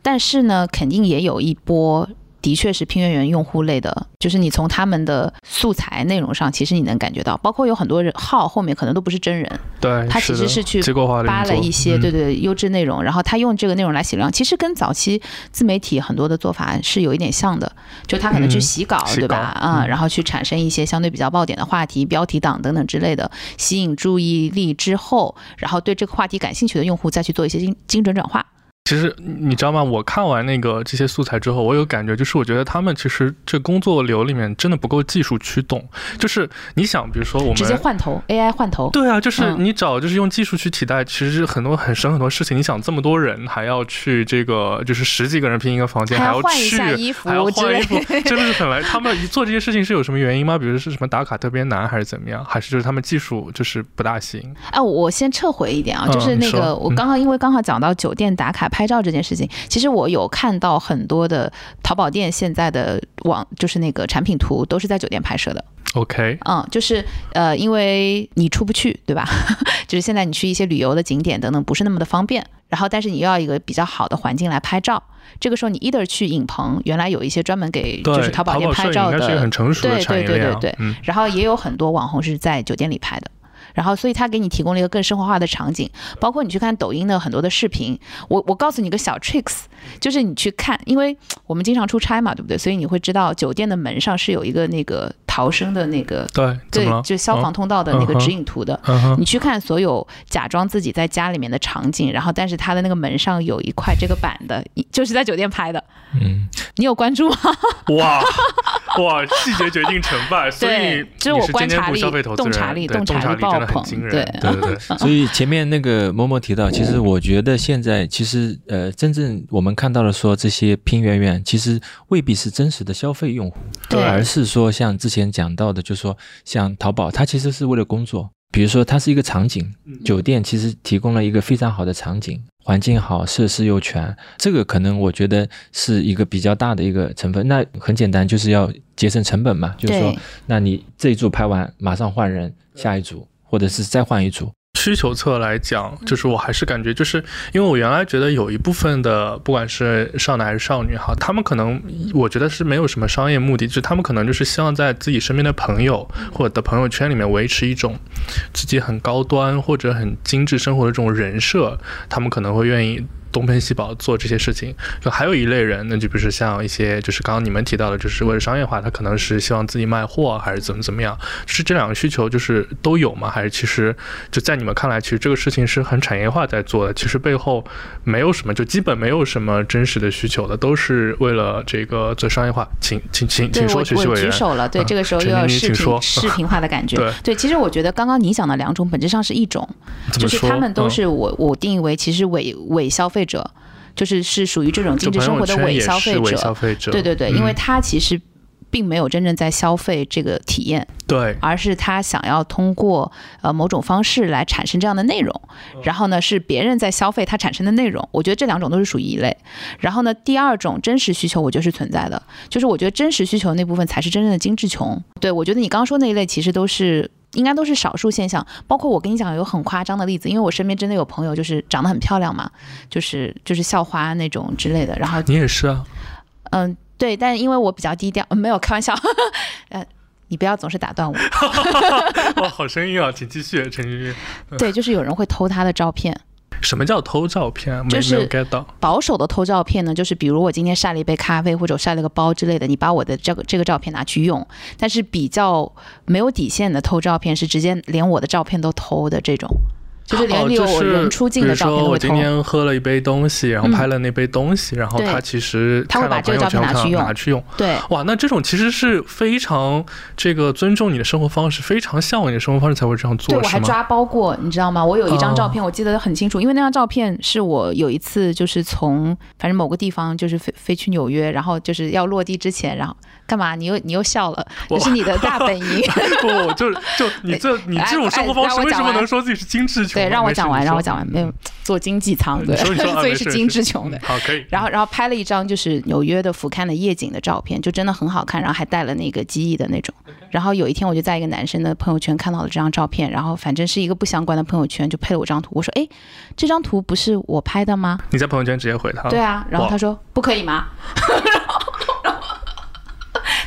S1: 但是呢，肯定也有一波的确是拼月圆用户类的，就是你从他们的素材内容上，其实你能感觉到，包括有很多人号后面可能都不是真人，
S2: 对，
S1: 他其
S2: 哎是
S1: 实
S2: 的
S1: 是去
S2: 结构化的
S1: 扒了
S2: 运作
S1: 一些
S2: 嗯
S1: 对对优质内容，然后他用这个内容来写流量，其实跟早期自媒体很多的做法是有一点像的，就他可能去
S2: 嗯
S1: 洗稿，
S2: 洗
S1: 对吧？
S2: 稿
S1: 啊、
S2: 嗯
S1: 然后去产生一些相对比较爆点的话题、标题党等等之类的，吸引注意力之后，然后对这个话题感兴趣的用户再去做一些精精准转化。
S2: 其实你知道吗？我看完那个这些素材之后，我有感觉，就是我觉得他们其实这工作流里面真的不够技术驱动。就是你想，比如说我
S1: 直接
S2: 们。
S1: 换头，AI 换头。
S2: 对啊，就是
S1: 嗯
S2: 你找就是用技术去替代，其实是很多很省很多事情。你想这么多人还要去这个，就是十几个人拼一个房间，
S1: 还
S2: 还
S1: 要换一
S2: 去，
S1: 下衣服
S2: 还要
S1: 之类
S2: 换衣服， 真的是很来。他们做这些事情是有什么原因吗？比如说是什么打卡特别难，还是怎么样？还是就是他们技术就是不大行？
S1: 哎，我先撤回一点啊，
S2: 嗯
S1: 就是那
S2: 你
S1: 个、
S2: 说嗯
S1: 我刚刚因为刚好讲到酒店打卡拍照这件事情，其实我有看到很多的淘宝店现在的网就是那个产品图都是在酒店拍摄的，
S2: OK，
S1: 嗯，就是呃，因为你出不去，对吧？ 就是现在你去一些旅游的景点等等不是那么的方便，然后但是你又要一个比较好的环境来拍照，这个时候你 either 去影棚，原来有一些专门给
S2: 对，
S1: 就是淘宝店
S2: 摄
S1: 拍
S2: 影
S1: 照
S2: 应该是一个
S1: 的
S2: 很成熟的
S1: 对
S2: 产业
S1: 对对
S2: 链啊。
S1: 对对
S2: 嗯，
S1: 然后也有很多网红是在酒店里拍的。然后，所以他给你提供了一个更生活化的场景，包括你去看抖音的很多的视频。我我告诉你个小 tricks，就是你去看，因为我们经常出差嘛，对不对？所以你会知道酒店的门上是有一个那个逃生的那个，
S2: 对，怎
S1: 对
S2: 么了，？啊
S1: 就消防通道的那个指引图的。
S2: 嗯哼，
S1: 你去看所有假装自己在家里面的场景，然后但是他的那个门上有一块这个板的，就是在酒店拍的。
S3: 嗯，
S1: 你有关注吗？
S2: 哇哇，细节决定成败，所以
S1: 对这是
S2: 你
S1: 我
S2: 是
S1: 观
S2: 尖
S1: 察
S2: 尖股
S1: 力
S2: 消费投资
S1: 洞察
S2: 人
S1: 力
S2: 对
S1: 洞
S2: 洞
S1: 察力
S2: 察
S1: 爆
S2: 真的很
S1: 棚
S2: 惊人，
S1: 对嗯
S2: 对对对，
S3: 所以前面那个默默提到，其实我觉得现在其实呃，真正我们看到的说这些拼圆圆，其实未必是真实的消费用户，
S1: 对
S3: 而是说像之前讲到的，就是说像淘宝，它其实是为了工作，比如说它是一个场景，酒店其实提供了一个非常好的场景。环境好，设施又全，这个可能我觉得是一个比较大的一个成分。那很简单，就是要节省成本嘛，就是说
S1: 对，
S3: 那你这一组拍完，马上换人，下一组，或者是再换一组，
S2: 需求侧来讲，就是我还是感觉，就是因为我原来觉得有一部分的，不管是少男还是少女哈，他们可能我觉得是没有什么商业目的，就是他们可能就是希望在自己身边的朋友或者的朋友圈里面维持一种自己很高端或者很精致生活的这种人设，他们可能会愿意。东奔西跑做这些事情，就还有一类人，那就比如说像一些，就是刚刚你们提到的，就是为了商业化，他可能是希望自己卖货啊还是怎么怎么样，是这两个需求就是都有吗？还是其实就在你们看来，其实这个事情是很产业化在做的，其实背后没有什么，就基本没有什么真实的需求的，都是为了这个做商业化。请请请
S1: 对
S2: 请
S1: 我
S2: 说，学习
S1: 我
S2: 委
S1: 举
S2: 员。
S1: 手了，对，
S2: 嗯
S1: 这个时候又
S2: 陈
S1: 要
S2: 琳妮
S1: 视
S2: 请
S1: 频
S2: 说
S1: 视频化的感觉。
S2: 对
S1: 其实我觉得刚刚你讲的两种本质上是一种，
S2: 怎
S1: 就
S2: 么
S1: 是
S2: 说？
S1: 他们都
S2: 嗯
S1: 是我我定义为其实伪伪消费者。就是是属于这种精致
S2: 就
S1: 生活
S2: 朋友
S1: 的
S2: 圈也
S1: 消费
S2: 是伪
S1: 者。
S2: 消费者，
S1: 对对对，因为
S2: 嗯
S1: 他其实并没有真正在消费这个体验，
S2: 对
S1: 而是他想要通过呃某种方式来产生这样的内容，然后呢是别人在消费他产生的内容，我觉得这两种都是属于一类。然后呢，第二种真实需求，我觉得是存在的，就是我觉得真实需求那部分才是真正的精致穷。对我觉得你刚刚说那一类其实都是。应该都是少数现象，包括我跟你讲有很夸张的例子，因为我身边真的有朋友就是长得很漂亮嘛，就是就是校花那种之类的，然后
S2: 你也是啊，
S1: 嗯，对，但因为我比较低调，没有开玩笑。 呃，你不要总是打断我。
S2: 哇，好声音啊，请继续，陈玉玉。
S1: 对，就是有人会偷他的照片。
S2: 什么叫偷照片啊？没、
S1: 就是
S2: 没有 get 到。
S1: 保守的偷照片呢，就是比如我今天晒了一杯咖啡，或者我晒了个包之类的，你把我的这个这个照片拿去用。但是比较没有底线的偷照片，是直接连我的照片都偷的这种，就是连
S2: 哦
S1: 利用我
S2: 是
S1: 人出镜的照片
S2: 比如
S1: 都
S2: 说我
S1: 会偷。
S2: 今天喝了一杯东西，然后
S1: 嗯
S2: 拍了那杯东西，然后
S1: 对
S2: 他其实
S1: 他会
S2: 看到
S1: 把这
S2: 朋
S1: 个
S2: 友圈
S1: 照片拿
S2: 看
S1: 去用
S2: 拿去用。
S1: 对，
S2: 哇，那这种其实是非常这个尊重你的生活方式，非常向往你的生活方式才会这样
S1: 对，
S2: 做，
S1: 我
S2: 是
S1: 还
S2: 吗？
S1: 抓包过，你知道吗？我有一张
S2: 哦
S1: 照片，我记得很清楚，因为那张照片是我有一次就是从反正某个地方就是飞飞去纽约，然后就是要落地之前，然后干嘛？你又你又笑了，这
S2: 我
S1: 是你的大本营。
S2: 哎不，我就就你 这你这种生活方式
S1: 哎哎让我
S2: 为什
S1: 讲
S2: 么
S1: 完
S2: 能说自己是精致穷？
S1: 对，让我讲完，让我讲完，没
S2: 有。
S1: 有做经济舱，对，
S2: 嗯你说你说，啊
S1: 所以
S2: 没
S1: 是
S2: 事
S1: 精
S2: 没事
S1: 致穷的
S2: 嗯。好，可以。
S1: 然后，然后拍了一张就是纽约的俯瞰的夜景的照片，就真的很好看，然后还带了那个机翼的那种。然后有一天，我就在一个男生的朋友圈看到了这张照片，然后反正是一个不相关的朋友圈就配了我这张图。我说：“哎，这张图不是我拍的吗
S2: 你在朋友圈直接回他？”
S1: 对，啊，然后他说：“不可以吗？” 然后然后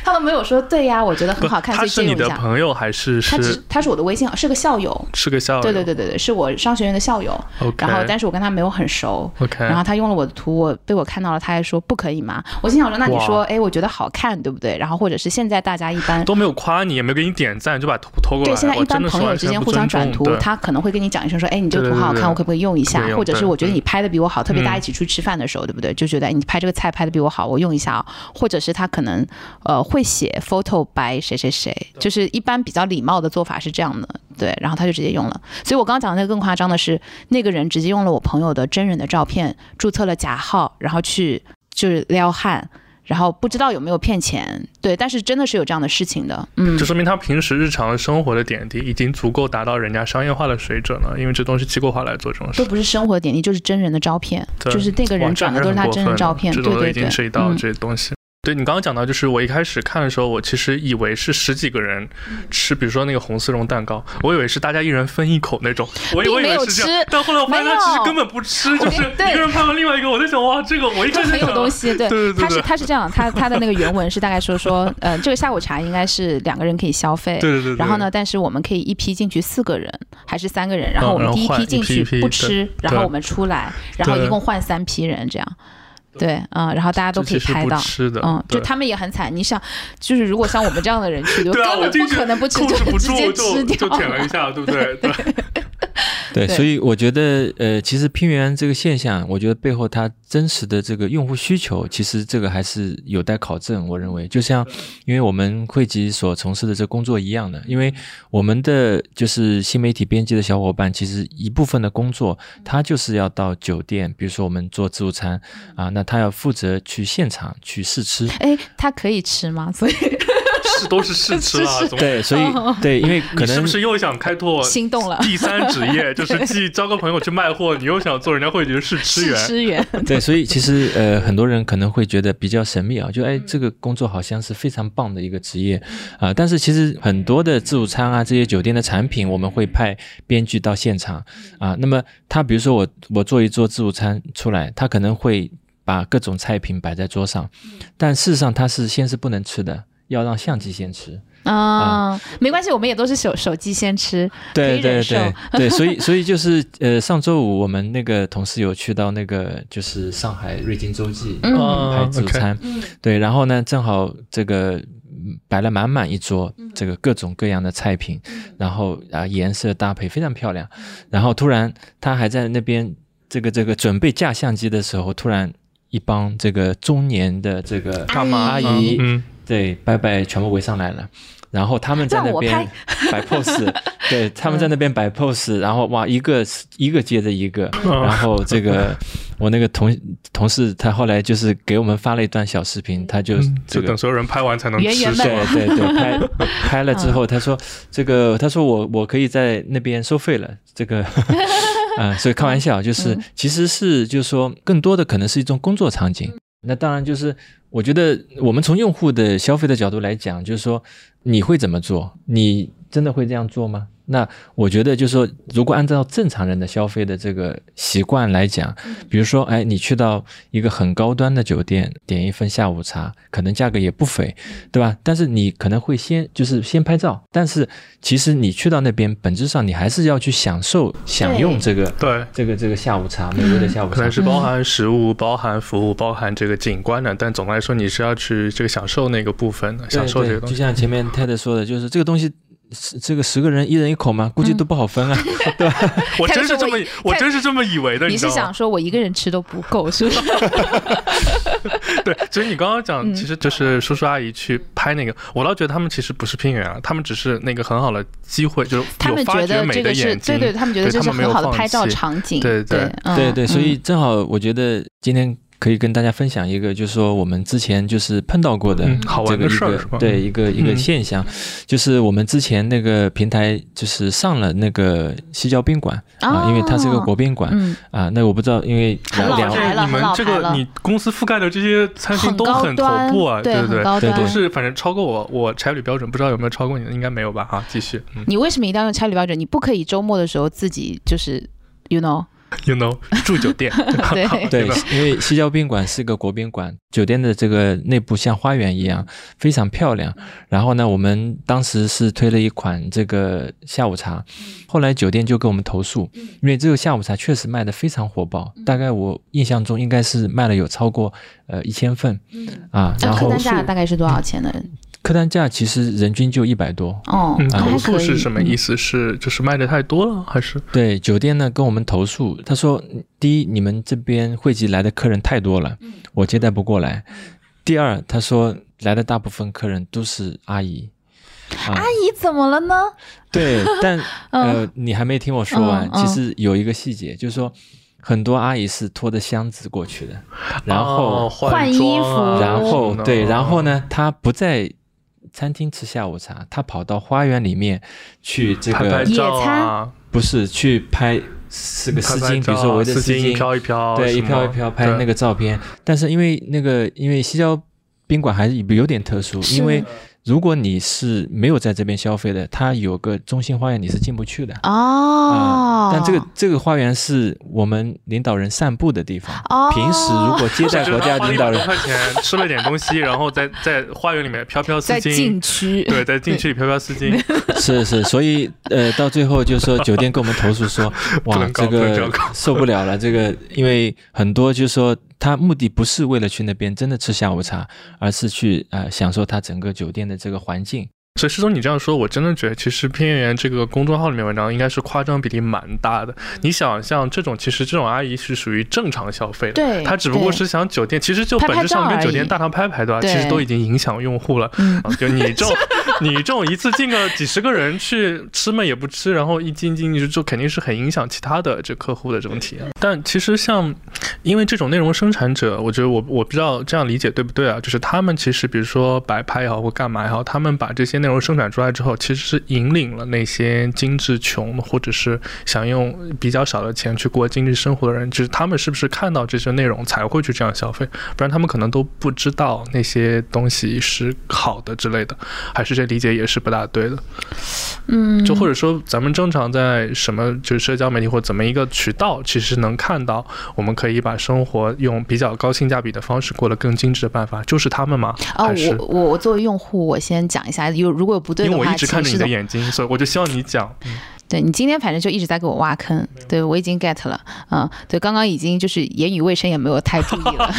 S1: 他都没有说对呀、我觉得
S2: 不
S1: 很好看，所
S2: 他
S1: 以
S2: 是
S1: 借用
S2: 你
S1: 一
S2: 的
S1: 下。
S2: 朋友还是
S1: 他只
S2: 是
S1: 他是我的微信，是个校友。
S2: 是个校友？
S1: 对对对对对，是我上学院的校友。
S2: ，OK。嗯
S1: 然后，但是我跟他没有很熟。
S2: OK，
S1: 然后他用了我的图，我被我看到了，他还说不可以吗？我心想说，那你
S2: 哇
S1: 说，哎，我觉得好看，对不对？然后或者是现在大家一般。
S2: 都没有夸你，也没有给你点赞，就把图偷过来。
S1: 对，现在
S2: 我
S1: 一般
S2: 真的
S1: 朋
S2: 说
S1: 友
S2: 完
S1: 之
S2: 全
S1: 间
S2: 不
S1: 互相
S2: 尊
S1: 转
S2: 重
S1: 图，
S2: 对
S1: 他可能会跟你讲一声说，哎，你这个
S2: 对
S1: 图
S2: 对
S1: 好好
S2: 对
S1: 看，我可不可以用一下
S2: 可以？用
S1: 或者是
S2: 对
S1: 我觉得
S2: 嗯
S1: 你拍的比我好，特别大家
S2: 嗯
S1: 一起出去吃饭的时候，对不对？就觉得哎你拍这个菜拍的比我好，我用一下哦。或者是他可能呃会写 photo by 谁谁谁，就是一般比较礼貌的做法是这样的，对。然后他就直接用了。所以我刚刚讲的那个更夸张的是，那个人直接用了我朋友的真人的照片，注册了假号，然后去就是撩汉，然后不知道有没有骗钱，对，但是真的是有这样的事情的，嗯
S2: 就，说明他平时日常生活的点滴已经足够达到人家商业化的水准了，因为这东西机构化来做这种事
S1: 都。不是生活点滴，就是真人的照片，
S2: 对
S1: 就是那个
S2: 哇
S1: 人
S2: 这
S1: 转的
S2: 还
S1: 都是
S2: 很
S1: 他
S2: 过
S1: 真人
S2: 分
S1: 照
S2: 了
S1: 片，
S2: 这
S1: 对
S2: 种都
S1: 对
S2: 已经
S1: 对，
S2: 涉及到
S1: 嗯
S2: 这些东西。对你刚刚讲到，就是我一开始看的时候，我其实以为是十几个人吃，比如说那个红丝绒蛋糕，我以为是大家一人分一口那种，我以
S1: 并
S2: 我以
S1: 没
S2: 为
S1: 有
S2: 是这样
S1: 吃，
S2: 但后来我发现
S1: 没有
S2: 他其实根本不吃，就是
S1: 对
S2: 一个人拍完另外一个，我在想哇，这个我一
S1: 就
S2: 开始
S1: 很有东 西，对，
S2: 对对对
S1: 他是他是这样，他他的那个原文是大概说 说，呃，这个下午茶应该是两个人可以消费，
S2: 对对对对
S1: 然后呢，但是我们可以一批进去四个人还是三个人，然
S2: 嗯
S1: 后我们
S2: 然后
S1: 第一
S2: 换
S1: 批
S2: 一
S1: 进
S2: 批
S1: 去
S2: 一批
S1: 不
S2: 对
S1: 吃，然
S2: 对
S1: 后我们出来，然后
S2: 对
S1: 一共换三批人这样，对，嗯，然后大家都
S2: 这
S1: 可以
S2: 其实
S1: 拍
S2: 不
S1: 到。
S2: 吃的，
S1: 嗯，就
S2: 对
S1: 他们也很惨。你想，就是如果像我们这样的人去，就
S2: 对
S1: 根
S2: 啊，我
S1: 本
S2: 进
S1: 不
S2: 去
S1: 可能不吃，
S2: 控制不
S1: 直
S2: 住
S1: 接
S2: 就
S1: 吃掉
S2: 就 舔了一下，对不对？对，
S3: 对，
S1: 对
S3: 所以我觉得，呃，其实拼原这个现象，我觉得背后它真实的这个用户需求，其实这个还是有待考证。我认为，就像因为我们汇集所从事的这工作一样的，因为我们的就是新媒体编辑的小伙伴，其实一部分的工作，他就是要到酒店，比如说我们做自助餐啊，那他要负责去现场去试吃。
S1: 哎，他可以吃 吗？所以
S2: 是都是试吃啊，总
S3: 对，所以对，因为可
S2: 你是
S3: 能
S2: 不是又想开拓
S1: 心动了，
S2: 第三职业，就 是既交个朋友去卖货，你又想做人家会觉得是吃
S1: 是
S2: 员。
S1: 吃 员。
S3: 对，所以其实呃，很多人可能会觉得比较神秘啊，就哎，这个工作好像是非常棒的一个职业啊、但是其实很多的自助餐啊，这些酒店的产品，我们会派编剧到现场啊、那么他比如说我我做一桌自助餐出来，他可能会把各种菜品摆在桌上，但事实上他是先是不能吃的，要让相机先吃。
S1: 啊，没关系，我们也都是手手机先吃，可
S3: 对
S1: 以
S3: 对
S1: 忍
S3: 对对，所以所以就是呃，上周五我们那个同事有去到那个就是上海瑞金洲际，
S1: 嗯
S3: 拍
S2: 啊
S3: 自助餐，对，然后呢，正好这个嗯摆了满满一桌这个各种各样的菜品，然后啊颜色搭配非常漂亮，然后突然他还在那边这个这个准备架相机的时候，突然一帮这个中年的这个
S2: 大妈
S3: 阿姨
S2: 嗯，
S3: 对，拜拜，全部围上来了。然后他们在
S1: 让
S3: 那
S1: 我
S3: 边摆 pose，对，他们在那边 摆 pose，然后哇，一个一个接着一个，然后这个我那个同同事他后来就是给我们发了一段小视频，他就
S2: 嗯
S3: 这
S2: 就
S3: 个
S2: 等所有人拍完才能
S4: 圆
S2: 吃
S4: 圆
S2: 是吧
S4: 们
S3: 对对对，拍拍了之后，他说这个，他说我我可以在那边收费了，这个，啊、所以开玩笑，就是其实是就是说，更多的可能是一种工作场景。那当然就是，我觉得我们从用户的消费的角度来讲，就是说你会怎么做？你真的会这样做吗？那我觉得就是说，如果按照正常人的消费的这个习惯来讲，比如说，哎，你去到一个很高端的酒店，点一份下午茶，可能价格也不菲，对吧？但是你可能会先就是先拍照，但是其实你去到那边，本质上你还是要去享受、享用这个
S2: 对。
S3: 这个这个下午茶，美味的下午
S2: 可
S3: 茶
S2: 能。是包含食物、包含服务、包含这个景观的，但总的来说，你是要去这个享受那个部分的，
S3: 对
S2: 享受这
S3: 对
S2: 个东
S3: 就
S2: 西。
S3: 像前面泰德说的，就是这个东西。十这个十个人一人一口吗？估计都不好分啊，对吧？
S2: 我真是
S4: 泰
S2: 这
S4: 勒说
S2: 么
S4: 我
S2: 以，我真是这么以为的，
S4: 你
S2: 你知
S4: 是
S2: 道吗
S4: 想？说我一个人吃都不够 是不是？
S2: 对，所以你刚刚
S4: 嗯
S2: 讲，其实就是叔叔阿姨去拍那个，我倒觉得他们其实不是拼源啊，他们只是那个很好的机会，就是
S4: 他
S2: 有
S4: 们
S2: 发
S4: 觉
S2: 掘
S4: 得
S2: 美
S4: 这
S2: 的
S4: 个是
S2: 眼睛。
S4: 对对，他们觉得
S2: 对
S4: 这
S2: 他
S4: 是
S2: 们没有
S4: 很好的
S2: 放
S4: 拍照
S2: 弃
S4: 场景，
S2: 对对
S4: 嗯
S3: 对对，所以
S4: 嗯
S3: 正好我觉得今天可以跟大家分享一个，就是说我们之前就是碰到过的
S2: 嗯好玩
S3: 这个
S2: 的
S3: 一
S2: 事儿
S3: 个
S2: 是吧
S3: 对一个一个
S2: 嗯
S3: 现象，就是我们之前那个平台就是上了那个西郊宾馆啊，因为它是一个
S1: 哦
S3: 国宾馆
S1: 嗯，
S3: 啊，那我不知道，因为
S1: 很老
S3: 两
S1: 牌了
S2: 你们这
S1: 很老牌
S2: 个
S1: 了
S2: 你公司覆盖的这些餐厅
S1: 很
S2: 都
S1: 高
S2: 很头
S1: 端，
S2: 部啊，对
S1: 很
S2: 对
S1: 高
S3: 对
S1: 端。
S2: 都是反正超过我我差旅标准，不知道有没有超过你的，应该没有吧？哈，继续，嗯
S1: 你为什么一定要用差旅标准？你不可以周末的时候自己就是，you know，
S2: ，you know，住酒店，
S1: 对
S3: 对，因为西郊宾馆是个国宾馆，酒店的这个内部像花园一样，非常漂亮。
S1: 嗯
S3: 然后呢，我们当时是推了一款这个下午茶，
S1: 嗯
S3: 后来酒店就跟我们投诉，因为这个下午茶确实卖的非常火爆，
S1: 嗯
S3: 大概我印象中应该是卖了有超过呃一千份
S2: 嗯
S3: 啊，
S1: 那
S3: 然
S1: 客
S3: 后
S1: 单价大概是多少钱呢？
S3: 客单价其实人均就一百多。
S1: 哦，
S2: 嗯，
S3: 啊
S1: 那还
S2: 投
S1: 可
S2: 诉
S1: 以。
S2: 是什么意思？是就是卖的太多了，还是
S3: 对，酒店呢跟我们投诉，他说，第一，你们这边汇集来的客人太多了，
S1: 嗯
S3: 我接待不过来；第二，他说来的大部分客人都是阿姨。阿
S1: 阿姨哎怎么了呢？
S3: 对， 但呃，你还没听我说完
S1: 嗯。嗯
S3: 其实有一个细节，就是说很多阿姨是拖着箱子过去的，然
S2: 哦
S3: 后
S1: 换衣
S2: 装啊
S1: 服
S3: 然后
S2: 什么的
S3: 对，然后呢，他不在餐厅吃下午茶，他跑到花园里面去这
S2: 拍拍
S3: 个
S2: 照啊，
S3: 不是去拍四个丝
S2: 拍拍
S3: 巾，比
S2: 照
S3: 如
S2: 啊
S3: 说围着
S2: 丝巾一飘一飘，
S3: 对，一
S2: 什么
S3: 飘一飘拍
S2: 对
S3: 那个照片。但是因为那个，因为西郊宾馆还是有点特殊，
S1: 是
S3: 因为如果你是没有在这边消费的，它有个中心花园你是进不去的。
S1: 哦
S3: 啊，呃但这个这个花园是我们领导人散步的地方。
S1: 哦
S3: 平时如果接待国家领导人
S2: 花一百多块钱吃了点东西，然后在在花园里面飘飘丝
S4: 在
S2: 巾
S4: 禁，区，
S2: 对，在禁区里飘飘丝巾，
S3: 是是，所以呃，到最后就是说酒店跟我们投 诉说，
S2: 不
S3: 哇，
S2: 能搞
S3: 这
S2: 不能这
S3: 个
S2: 样 搞
S3: 受不了了，这个因为很多就是说他目的不是为了去那边真的吃下午茶，而是去呃享受他整个酒店的这个环境。
S2: 所以师总，你这样说，我真的觉得，其实偏圆这个公众号里面文章应该是夸张比例蛮大的。
S1: 嗯
S2: 你想，像这种，其实这种阿姨是属于正常消费的，
S1: 对
S2: 她只不过
S1: 对
S2: 是想酒店，其实就
S1: 拍拍
S2: 本质上
S1: 照
S2: 跟
S1: 而
S2: 酒店
S1: 已
S2: 大堂拍拍对吧？其
S1: 对
S2: 实都已经影响用户了。
S1: 嗯
S2: 啊，就你这种，你这种一次进个几十个人去吃嘛也不吃，然后一斤进去就肯定是很影响其他的这客户的这种体验。但其实像，因为这种内容生产者，我觉得我我不知道这样理解对不对啊？就是他们其实比如说摆拍也好或干嘛也好，他们把这些内容生产出来之后，其实是引领了那些精致穷或者是想用比较少的钱去过精致生活的人，就是他们是不是看到这些内容才会去这样消费？不然他们可能都不知道那些东西是好的之类的，还是这理解也是不大对的。
S1: 嗯，
S2: 就或者说，咱们正常在什么就是社交媒体或怎么一个渠道，其实能看到，我们可以把生活用比较高性价比的方式过得更精致的办法，就是他们吗？
S1: 哦，
S2: 还是
S1: 我我我作为用户，我先讲一下，有如果有不对
S2: 因
S1: 的
S2: 为我
S1: 话，
S2: 一直看着你
S1: 请
S2: 的
S1: 施
S2: 眼睛，所以我就希望 你讲。
S1: 总对你今天反正就一直在给我挖坑，对我已经 get 了，嗯，对，刚刚已经就是言语卫生也没有太注意了，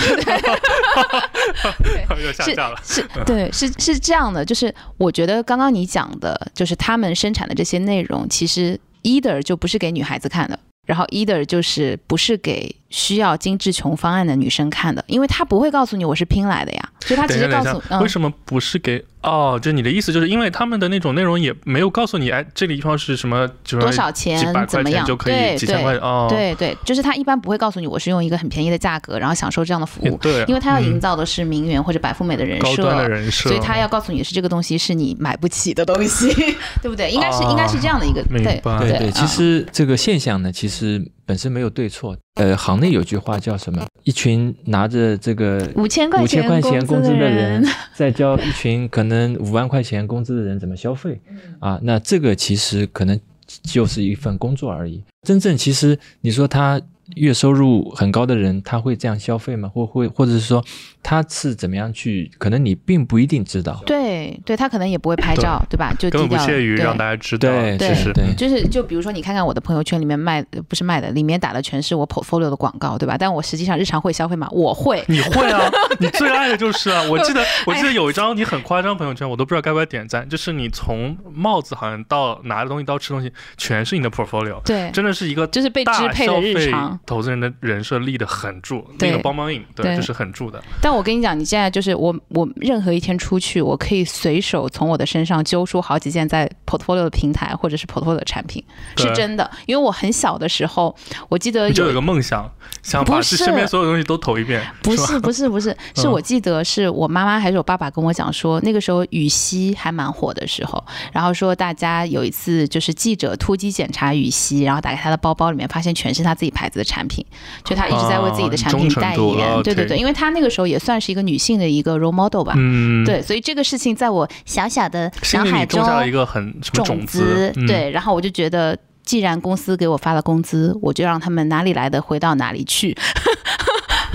S2: 又下架了。
S1: 是 对，是是这样的，就是我觉得刚刚你讲的，就是他们生产的这些内容，其实 either 就不是给女孩子看的，然后 either 就是不是给需要精致穷方案的女生看的，因为他不会告诉你我是拼来的呀，所以他直嗯
S2: 等一下，
S1: 接
S2: 等
S1: 告
S2: 一
S1: 诉
S2: 下，为什么不是给哦，就你的意思就是因为他们的那种内容也没有告诉你，哎，这个地方是什么，就是
S1: 多少
S2: 几
S1: 钱
S2: 百
S1: 怎
S2: 块
S1: 么
S2: 钱
S1: 样？
S2: 就可以
S1: 对
S2: 几千块
S1: 对
S2: 哦，
S1: 对对，就是他一般不会告诉你我是用一个很便宜的价格，然后享受这样的服
S2: 也
S1: 务，
S2: 对啊，
S1: 因为他要营
S2: 嗯
S1: 造的是名媛或者白富美的人
S2: 高
S1: 设，
S2: 端的人设，
S1: 所以他要告诉你的是这个东西是你买不起的东西， 对不对？应该是、应该是这样的一个
S2: 明
S1: 对。
S2: 白，
S3: 对
S1: 对啊
S3: 其实这个现象呢，其实本身没有对错。呃，行内有句话叫什么？一群拿着这个
S1: 五千块
S3: 五千块钱工资的
S1: 人
S3: 人， 在教一群可能五万块钱工资的人怎么消费啊？那这个其实可能就是一份工作而已。真正其实你说他月收入很高的人，他会这样消费吗？或会，或者是说他是怎么样去？可能你并不一定知道。
S1: 对对，他可能也不会拍照，对吧？就
S2: 根本
S1: 低
S2: 不
S1: 调了
S2: 屑于
S1: 对
S2: 让大家知道，啊
S3: 对
S2: 其实
S3: 对对
S1: 就是就比如说，你看看我的朋友圈里面卖呃不是卖的，里面打的全是我 portfolio 的广告，对吧？但我实际上日常会消费吗？我会，
S2: 你会 啊，你最爱的就是啊！我记得，我
S1: 哎
S2: 记得有一张你很夸张朋友圈，我都不知道该不该点赞。就是你从帽子好像到拿着东西到吃东西，全是你的 portfolio，
S1: 对
S2: 真的是一个
S1: 就是被支
S2: 大
S1: 配的
S2: 消
S1: 日
S2: 费
S1: 常。
S2: 投资人的人设立得很住，
S1: 对
S2: 那个帮帮硬，对，
S1: 对
S2: 就是很住的。
S1: 但我跟你讲，你现在就是我，我任何一天出去，我可以随手从我的身上揪出好几件在 portfolio 的平台或者是 portfolio 的产品，
S2: 对
S1: 是真的。因为我很小的时候，我记得
S2: 你就
S1: 有
S2: 有一个梦想，想
S1: 不
S2: 把这
S1: 是啊
S2: 身边所有东西都投一遍，
S1: 不
S2: 吧？嗯
S1: 是不是 不是，是我记得是我妈妈还是我爸爸跟我讲说，那个时候羽西还蛮火的时候，然后说大家有一次就是记者突击检查羽西，然后打开他的包包里面发现全是他自己牌子的产品，就他一直在为自己的
S2: 啊
S1: 产品
S2: 忠诚
S1: 代
S2: 度
S1: 言，
S2: 了
S1: 对对
S2: ，OK
S1: 对，因为他那个时候也算是一个女性的一个 role model 吧，
S2: 嗯，，
S1: 对，所以这个事情在我小小的
S2: 心
S1: 脑
S2: 里
S1: 海
S2: 你
S1: 中
S2: 种下了一个很什么
S1: 种
S2: 子，嗯，
S1: 对，然后我就觉得。既然公司给我发了工资，我就让他们哪里来的回到哪里去。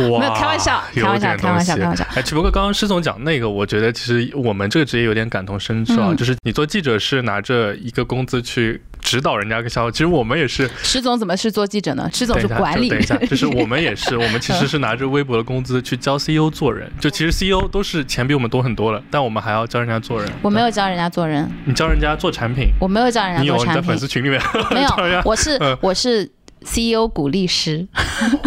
S2: 哇，
S1: 没有开玩笑
S2: 啊有
S1: 开玩笑
S2: 点
S1: 开玩笑
S2: 东西
S1: 开玩笑
S2: 哎，只不过刚刚施总讲那个，我觉得其实我们这个职业有点感同身受啊，
S1: 嗯
S2: 就是你做记者是拿着一个工资去。指导人家个消息，其实我们 也是。
S1: 石总怎么是做记者呢？石总
S2: 等一
S1: 是
S2: 下，
S1: 管理
S2: 就等一下，就是 我们也是，我们其实是拿着微薄的工资去教 CEO 做人。就
S1: 嗯
S2: 其实 CEO 都是钱比我们多很多了，但我们还要教人家做人。
S1: 我没有教人家做人，
S2: 你教人家做产品，
S1: 我没有教人
S2: 你
S1: 家
S2: 有
S1: 做
S2: 你在
S1: 产
S2: 粉
S1: 品，
S2: 丝群里面
S1: 没
S2: 教人
S1: 有
S2: 家，
S1: 我是、
S2: 嗯
S1: 我是 E CEO 鼓励师。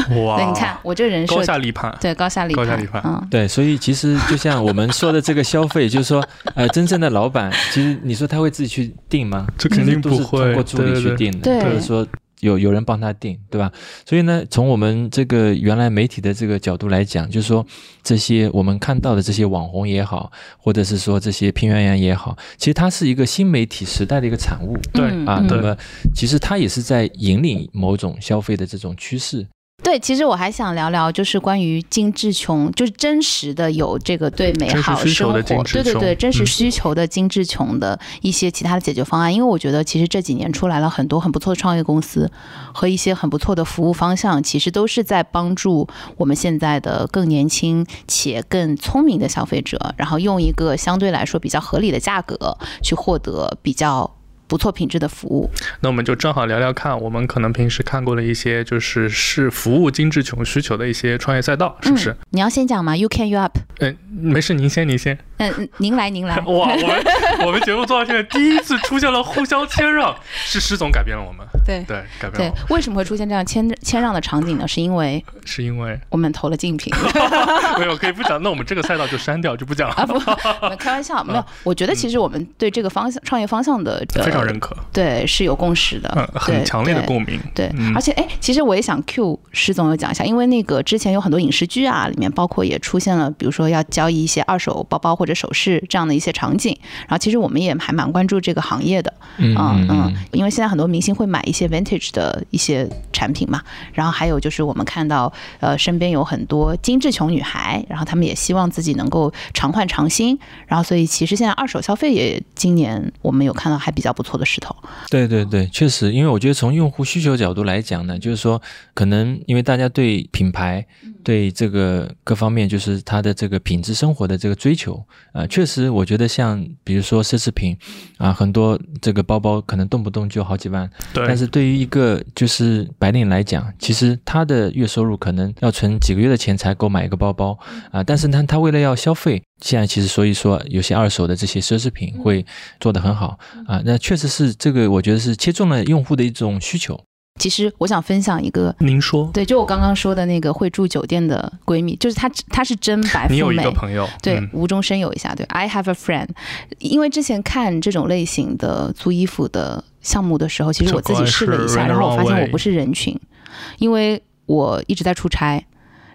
S1: 对，
S2: 哇，
S1: 你看我这人设
S2: 哦高，下立判，
S1: 对高下立
S2: 高
S1: 判，
S2: 下立判
S1: 嗯，
S3: 对，所以其实就像我们说的这个消费，就是说，呃，真正的老板，其实你说他会自己去定吗？
S2: 这肯定
S3: 其实都是
S2: 不会
S3: 通过助理
S2: 对
S3: 去
S2: 对对
S3: 定的，
S1: 对
S3: 或者说有有人帮他定，对吧？所以呢，从我们这个原来媒体的这个角度来讲，就是说这些我们看到的这些网红也好，或者是说这些平原人也好，其实它是一个新媒体时代的一个产物。
S2: 对
S1: 嗯
S3: 啊
S1: 嗯，
S3: 那么其实它也是在引领某种消费的这种趋势。
S1: 对，其实我还想聊聊，就是关于精致穷，就是真实的有这个对美好
S2: 真实需
S1: 生活
S2: 求的，精致
S1: 对对
S2: 穷
S1: 对，真实
S2: 嗯
S1: 需求的精致穷的一些其他的解决方案。因为我觉得其实这几年出来了很多很不错的创业公司和一些很不错的服务方向，其实都是在帮助我们现在的更年轻且更聪明的消费者，然后用一个相对来说比较合理的价格去获得比较不错品质的服务。
S2: 那我们就正好聊聊看，我们可能平时看过的一些就是是服务精致穷需求的一些创业赛道，是不是
S1: 嗯？？你要先讲吗？You can you up？
S2: 嗯，没事，您先，您先。。
S1: 嗯，嗯您来，您来
S2: 哇，我们我们节目做到现在第一次出现了互相谦让，是施总改变了我们，
S1: 对。
S2: 对，改变
S1: 对
S2: 了我，
S1: 为什么会出现这样谦谦让的场景呢？是因为
S2: 们，是因为
S1: 我们投了竞品
S2: 没有可以不讲，那我们这个赛道就删掉，就不讲了，
S1: 啊，不，没开玩笑，没有。我觉得其实我们对这个方向、创业方向的、 呃
S2: 嗯非常认可，
S1: 对是有共识的，
S2: 嗯，
S1: 对
S2: 很强烈的
S1: 对
S2: 共鸣，
S1: 对，
S2: 嗯
S1: 而且哎，其实我也想 Q 施总有讲一下，因为那个之前有很多影视剧啊，里面包括也出现了，比如说要交易一些二手包包或者首饰这样的一些场景。然后其实我们也还蛮关注这个行业的，
S3: 嗯
S1: 嗯嗯，因为现在很多明星会买一些 vintage 的一些产品嘛。然后还有就是我们看到，呃，身边有很多精致穷女孩，然后她们也希望自己能够常换常新。然后所以其实现在二手消费也今年我们有看到还比较不错的势头。
S3: 对对对，确实，因为我觉得从用户需求角度来讲呢，就是说，可能因为大家对品牌、对这个各方面，就是它的这个品质生活的这个追求啊、呃确实，我觉得像比如说奢侈品啊、很多这个包包可能动不动就好几万，
S2: 对，
S3: 但是对于一个就是白领来讲，其实他的月收入可能要存几个月的钱才够买一个包包啊、但是他他为了要消费，现在其实所以说有些二手的这些奢侈品会做得很好啊、那确实是这个，我觉得是切中了用户的一种需求。
S1: 其实我想分享一个，
S2: 您说，
S1: 对，就我刚刚说的那个会住酒店的闺蜜，就是她，她是真白
S2: 你
S1: 富
S2: 有一
S1: 美
S2: 个。朋友，
S1: 对
S2: 嗯，
S1: 无中生有一下，对，I have a friend。因为之前看这种类型的租衣服的项目的时候，其实我自己试了一
S2: 这个
S1: 下，
S2: 是
S1: 然后我发现
S2: Runaway
S1: 我不是人群，因为我一直在出差，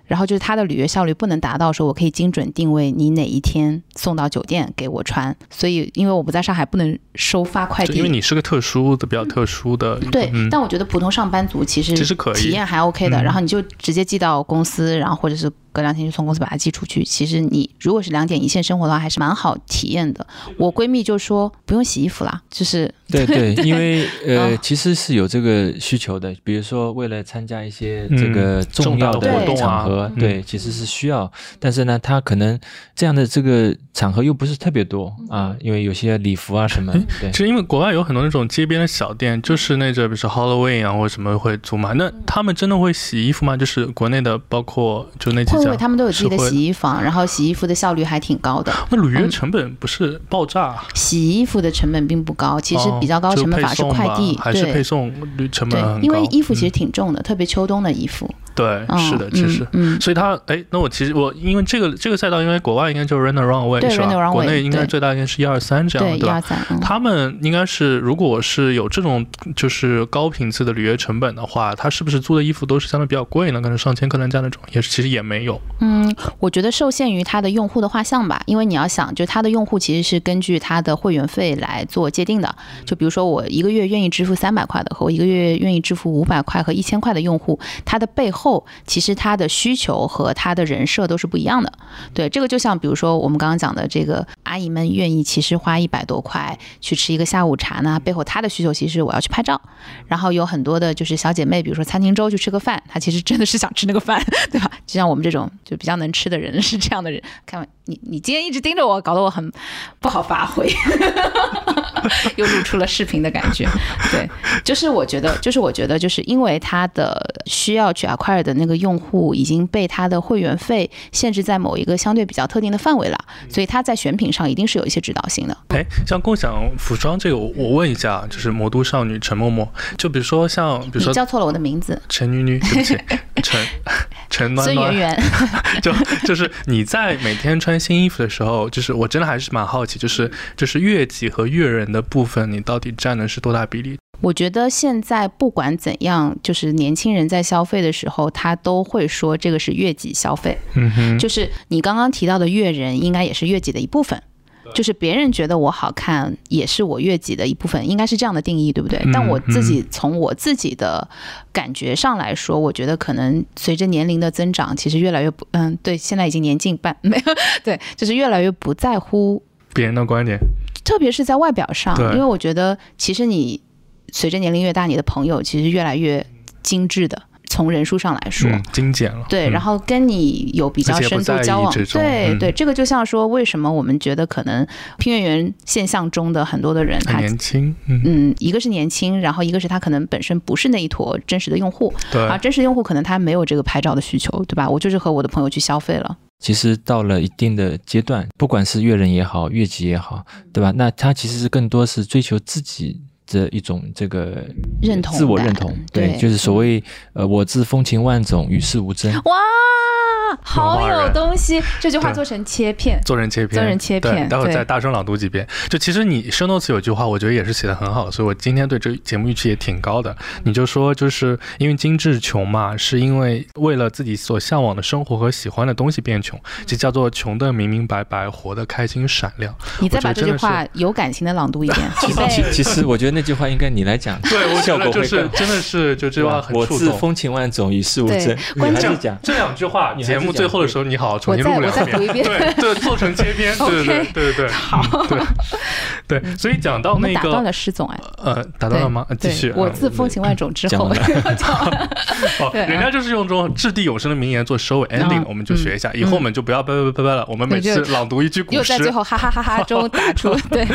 S1: 然后就是它的履约效率不能达到说我可以精准定位你哪一天送到酒店给我穿，所以因为我不在上海，不能收发快
S2: 就因为
S1: 递。
S2: 你是个特殊的，比较特殊的一个，
S1: 对，
S2: 嗯
S1: 但我觉得普通上班族其实
S2: 其实可以
S1: 体验还 OK 的，
S2: 嗯
S1: 然后你就直接寄到公司，然后或者是隔两天就从公司把它寄出去。其实你如果是两点一线生活的话，还是蛮好体验的。我闺蜜就说不用洗衣服啦，就是
S3: 对对，因为呃，
S1: 哦
S3: 其实是有这个需求的，比如说为了参加一些这个重要
S1: 嗯重大的活
S3: 的
S1: 动
S3: 场
S2: 啊
S3: 合，
S2: 嗯
S3: 对，其实是需要，但是呢，它可能这样的这个场合又不是特别多
S1: 嗯
S3: 啊，因为有些礼服啊什么，对
S2: 其，实因为国外有很多那种街边的小店，就是那种比如说 Halloween 啊或者什么会租嘛，
S1: 嗯
S2: 那他们真的会洗衣服吗？就是国内的，包括就那几
S1: 会不
S2: 家
S1: 会，他们都有自己的
S2: 是会
S1: 洗衣房，然后洗衣服的效率还挺高 的。
S2: 那履约成本不是爆炸？
S1: 洗衣服的成本并不高，其实比较高
S2: 哦
S1: 的成本反而是
S2: 就配
S1: 快
S2: 送吧
S1: 递，
S2: 还是配
S1: 对
S2: 送率成本很
S1: 对
S2: 高，，
S1: 因为衣服其实
S2: 嗯
S1: 挺重的，特别秋冬的衣服。
S2: 对，
S1: 嗯、
S2: 是的，其实。
S1: 嗯，嗯
S2: 所以它哎，那我其实我因为这个这个赛道，因为国外应该就是 Run Around Way
S1: 对
S2: 是吧
S1: Run the Runway，
S2: 国内应该
S1: 对
S2: 最大应该是一二三这样
S1: 对，
S2: 的
S1: 一
S2: 对
S1: 二
S2: 吧？
S1: 三，嗯
S2: 他们应该是如果是有这种就是高频次的履约成本的话，它是不是租的衣服都是相对比较贵呢？可能上千克兰价那种，也是其实也没有。
S1: 嗯，我觉得受限于它的用户的画像吧，因为你要想，就它的用户其实是根据它的会员费来做界定的。就比如说我一个月愿意支付三百块的，和我一个月愿意支付五百块和一千块的用户，它的背后其实它的需求和它的人设都是不一样的。对，这个就像比如说我们刚刚讲的这个阿姨们愿意其实花一百多块去吃一个下午茶呢，背后她的需求其实我要去拍照。然后有很多的就是小姐妹，比如说餐厅周去吃个饭，她其实真的是想吃那个饭，对吧？就像我们这种就比较能吃的人是这样的人。看你，你今天一直盯着我，搞得我很不好发挥， 又露出了视频的感觉。对，就是我觉得，就是我觉得，就是因为他的需要去 acquire 的那个用户已经被他的会员费限制在某一个相对比较特定的范围了，
S2: 嗯
S1: 所以他在选品上一定是有一些指导性的。
S2: 哎，像共享服装这个，我我问一下，就是魔都少女陈默默，就比如说像比如
S1: 你
S2: 说
S1: 叫错了我的名字，
S2: 陈女女，对不起，陈陈暖
S1: 孙
S2: 暖
S1: 媛，媛。
S2: 就就是你在每天穿新衣服的时候，就是我真的还是蛮好奇，就是就是月季和月人的部分，你到底占的是多大比例？
S1: 我觉得现在不管怎样，就是年轻人在消费的时候，他都会说这个是月季消费，
S2: 嗯哼，
S1: 就是你刚刚提到的月人，应该也是月季的一部分。就是别人觉得我好看，也是我月季的一部分，应该是这样的定义，对不对
S2: 嗯？
S1: 但我自己从我自己的感觉上来说，我觉得可能随着年龄的增长，其实越来越不，嗯，对，现在已经年近半， 没有，对，就是越来越不在乎
S2: 别人的观点，
S1: 特别是在外表上
S2: 对，
S1: 因为我觉得其实你随着年龄越大，你的朋友其实越来越精致的，从人数上来说。
S2: 嗯，精简了，
S1: 对，
S2: 嗯
S1: 然后跟你有比较
S2: 而且
S1: 深
S2: 不在
S1: 度
S2: 意
S1: 交往
S2: 这，种
S1: 对
S2: 嗯
S1: 对，这个就像说，为什么我们觉得可能拼月圆现象中的很多的人，
S2: 很
S1: 他
S2: 年轻，嗯，
S1: 嗯，一个是年轻，然后一个是他可能本身不是那一坨真实的用户，啊，
S2: 对，
S1: 真实用户可能他没有这个拍照的需求，对吧？我就是和我的朋友去消费了，
S3: 其实到了一定的阶段，不管是越人也好，
S1: 嗯
S3: 越级也好，对吧？那他其实是更多是追求自己。的一种这个
S1: 认同
S3: 自我
S1: 感
S3: 认同，
S1: 对嗯
S3: 就是所谓呃，我自风情万种，与世无争。
S1: 哇，
S2: 文
S1: 好
S2: 化
S1: 有
S2: 人
S1: 东西，这句话
S2: 啊对
S1: 做成切片，
S2: 做人切片，
S1: 做人切片
S2: 对待会儿
S1: 对
S2: 再大声朗读几遍。就其实你生动词有句话，我觉得也是写的很好，所以我今天对这节目预期也挺高的。
S1: 嗯
S2: 你就说，就是因为精致穷嘛，是因为为了自己所向往的生活和喜欢的东西变穷，
S1: 嗯
S2: 这叫做穷的明明白白，活得开心闪亮。
S1: 你再
S2: 我觉
S1: 把
S2: 得
S1: 这
S2: 真
S1: 句
S2: 的是
S1: 话有感情的朗读一 遍，预
S3: 其
S1: 备。
S3: 其实我觉得那句话应该你 来讲，
S2: 对，我
S3: 效
S2: 觉
S3: 果
S2: 得
S3: 会
S2: 就
S3: 更
S2: 是
S3: 好
S2: 真的是就这句话很
S3: 啊我
S2: 触
S3: 自
S2: 动。
S3: 风情万种，与世无
S1: 对
S3: 争。你
S1: 关
S3: 还
S1: 键
S3: 是讲，
S2: 这两句话，
S3: 你还
S2: 节
S3: 是
S2: 目
S3: 讲
S2: 最后的时候，你好好重
S1: 我
S2: 新
S1: 再
S2: 录
S1: 我
S2: 两
S1: 再
S2: 遍
S1: 读。一遍，
S2: 对对，做成切片，对对对
S1: OK 嗯
S2: 对对对，好，对对，所以讲
S1: 我
S2: 到
S1: 们
S2: 那
S1: 打断
S2: 个
S1: 了施总哎，
S2: 呃，打断了吗？呃继
S1: 对
S2: 续，
S1: 我
S2: 嗯
S1: 自风情万种之
S3: 讲
S1: 后
S3: 完，
S2: 哦，
S1: 对啊啊
S2: 人家就是用这种掷地有声的名言做收尾 ending，的我们就学一下，以后我们就不要拜拜拜拜了，我们每次
S1: 嗯对
S2: 朗读一句古
S1: 又在最
S2: 诗，
S1: 后哈哈哈 哈中打出对。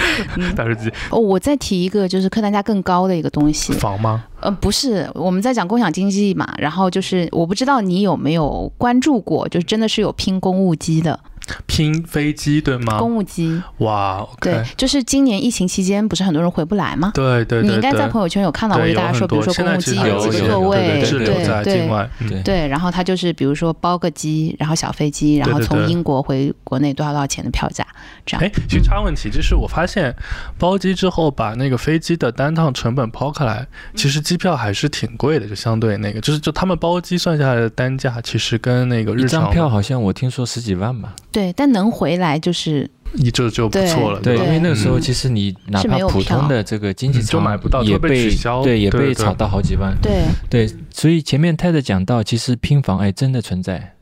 S2: 打字机
S1: 哦，我再提一个，就是客单价更高的一个东西，
S2: 房吗？
S1: 呃，不是，我们在讲共享经济嘛，然后就是我不知道你有没有关注过，就是真的是有拼公务机的，
S2: 拼飞机对吗？
S1: 公务机。
S2: 哇，OK，
S1: 对，就是今年疫情期间，不是很多人回不来吗？
S2: 对对对，
S1: 你应该在
S2: 对
S1: 朋友圈有看到，我
S2: 对
S1: 给
S2: 有
S1: 大家
S2: 很
S1: 说，比如
S2: 多
S1: 说
S2: 现
S1: 公
S2: 在
S1: 务
S2: 其
S1: 机
S2: 实还
S1: 有
S2: 有
S1: 几
S2: 一
S1: 个
S2: 些
S1: 座
S2: 对对
S1: 位，
S2: 对滞留
S1: 对
S2: 在境外，嗯
S3: 对
S1: 对，然后他就是比如说包个机，然后小飞机，然后
S2: 对对
S1: 从
S2: 对
S1: 英国回国内多少多少钱的票价，这样
S2: 哎，其实插问题，就是我发现包机之后把那个飞机的单趟成本抛开来，其实机票还是挺贵的，就相对那个，就是就他们包机算下来的单价，其实跟那个
S3: 一
S2: 日
S3: 张
S2: 常
S3: 票好像我听说十几万吧。
S1: 对，但能回来就是
S2: 一就就不错了，
S1: 对
S3: 对，
S2: 吧
S3: 因为那个时候
S2: 嗯
S3: 其实你哪
S1: 是没
S3: 怕
S1: 有
S3: 普
S1: 票
S3: 通的这个经济
S2: 嗯就
S3: 舱
S2: 买不到
S3: 也
S2: 就被取消
S3: 对也
S2: 对
S3: 被
S2: 对
S3: 炒到好几万。
S1: 对
S3: 对，所以前面泰德讲到，其实拼房哎真的存在，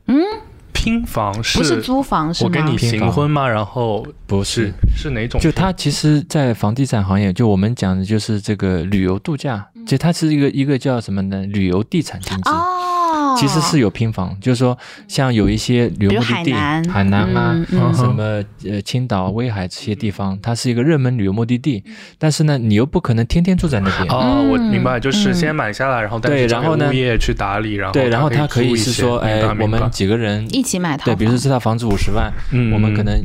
S2: 拼房是
S1: 不是租房是
S2: 我跟
S1: 吗
S2: 你？
S3: 拼
S2: 行
S3: 房
S2: 婚吗？然后
S3: 啊不
S2: 是
S3: 是。
S2: 是哪种拼？
S3: 就它其实，在房地产行业，就我们讲的就是这个旅游度假，其实它是一个一个叫什么呢？旅游地产经济。
S1: 嗯哦，
S3: 其实是有拼房，就是说像有一些旅游
S1: 比如
S3: 目
S1: 海
S3: 的地，
S1: 南
S3: 海南啊，
S1: 嗯嗯
S3: 什么呃青岛、威海这些地方，它是一个热门旅游目的地，但是呢，你又不可能天天住在那边。
S2: 哦，我明白，
S1: 嗯
S2: 就是
S1: 嗯
S2: 先买下来，然后但
S3: 对
S2: 是交
S3: 然后
S2: 给
S3: 呢
S2: 物业去打理，然后
S3: 对，然后它可
S2: 哦租
S3: 以
S2: 一
S3: 是
S2: 些
S3: 说，
S2: 明
S3: 哎
S2: 白，
S3: 我
S2: 明白
S3: 们几个人，
S1: 一起买套
S3: 对，
S1: 房，
S3: 比如说这套房子五十万，
S2: 嗯，
S3: 我们可能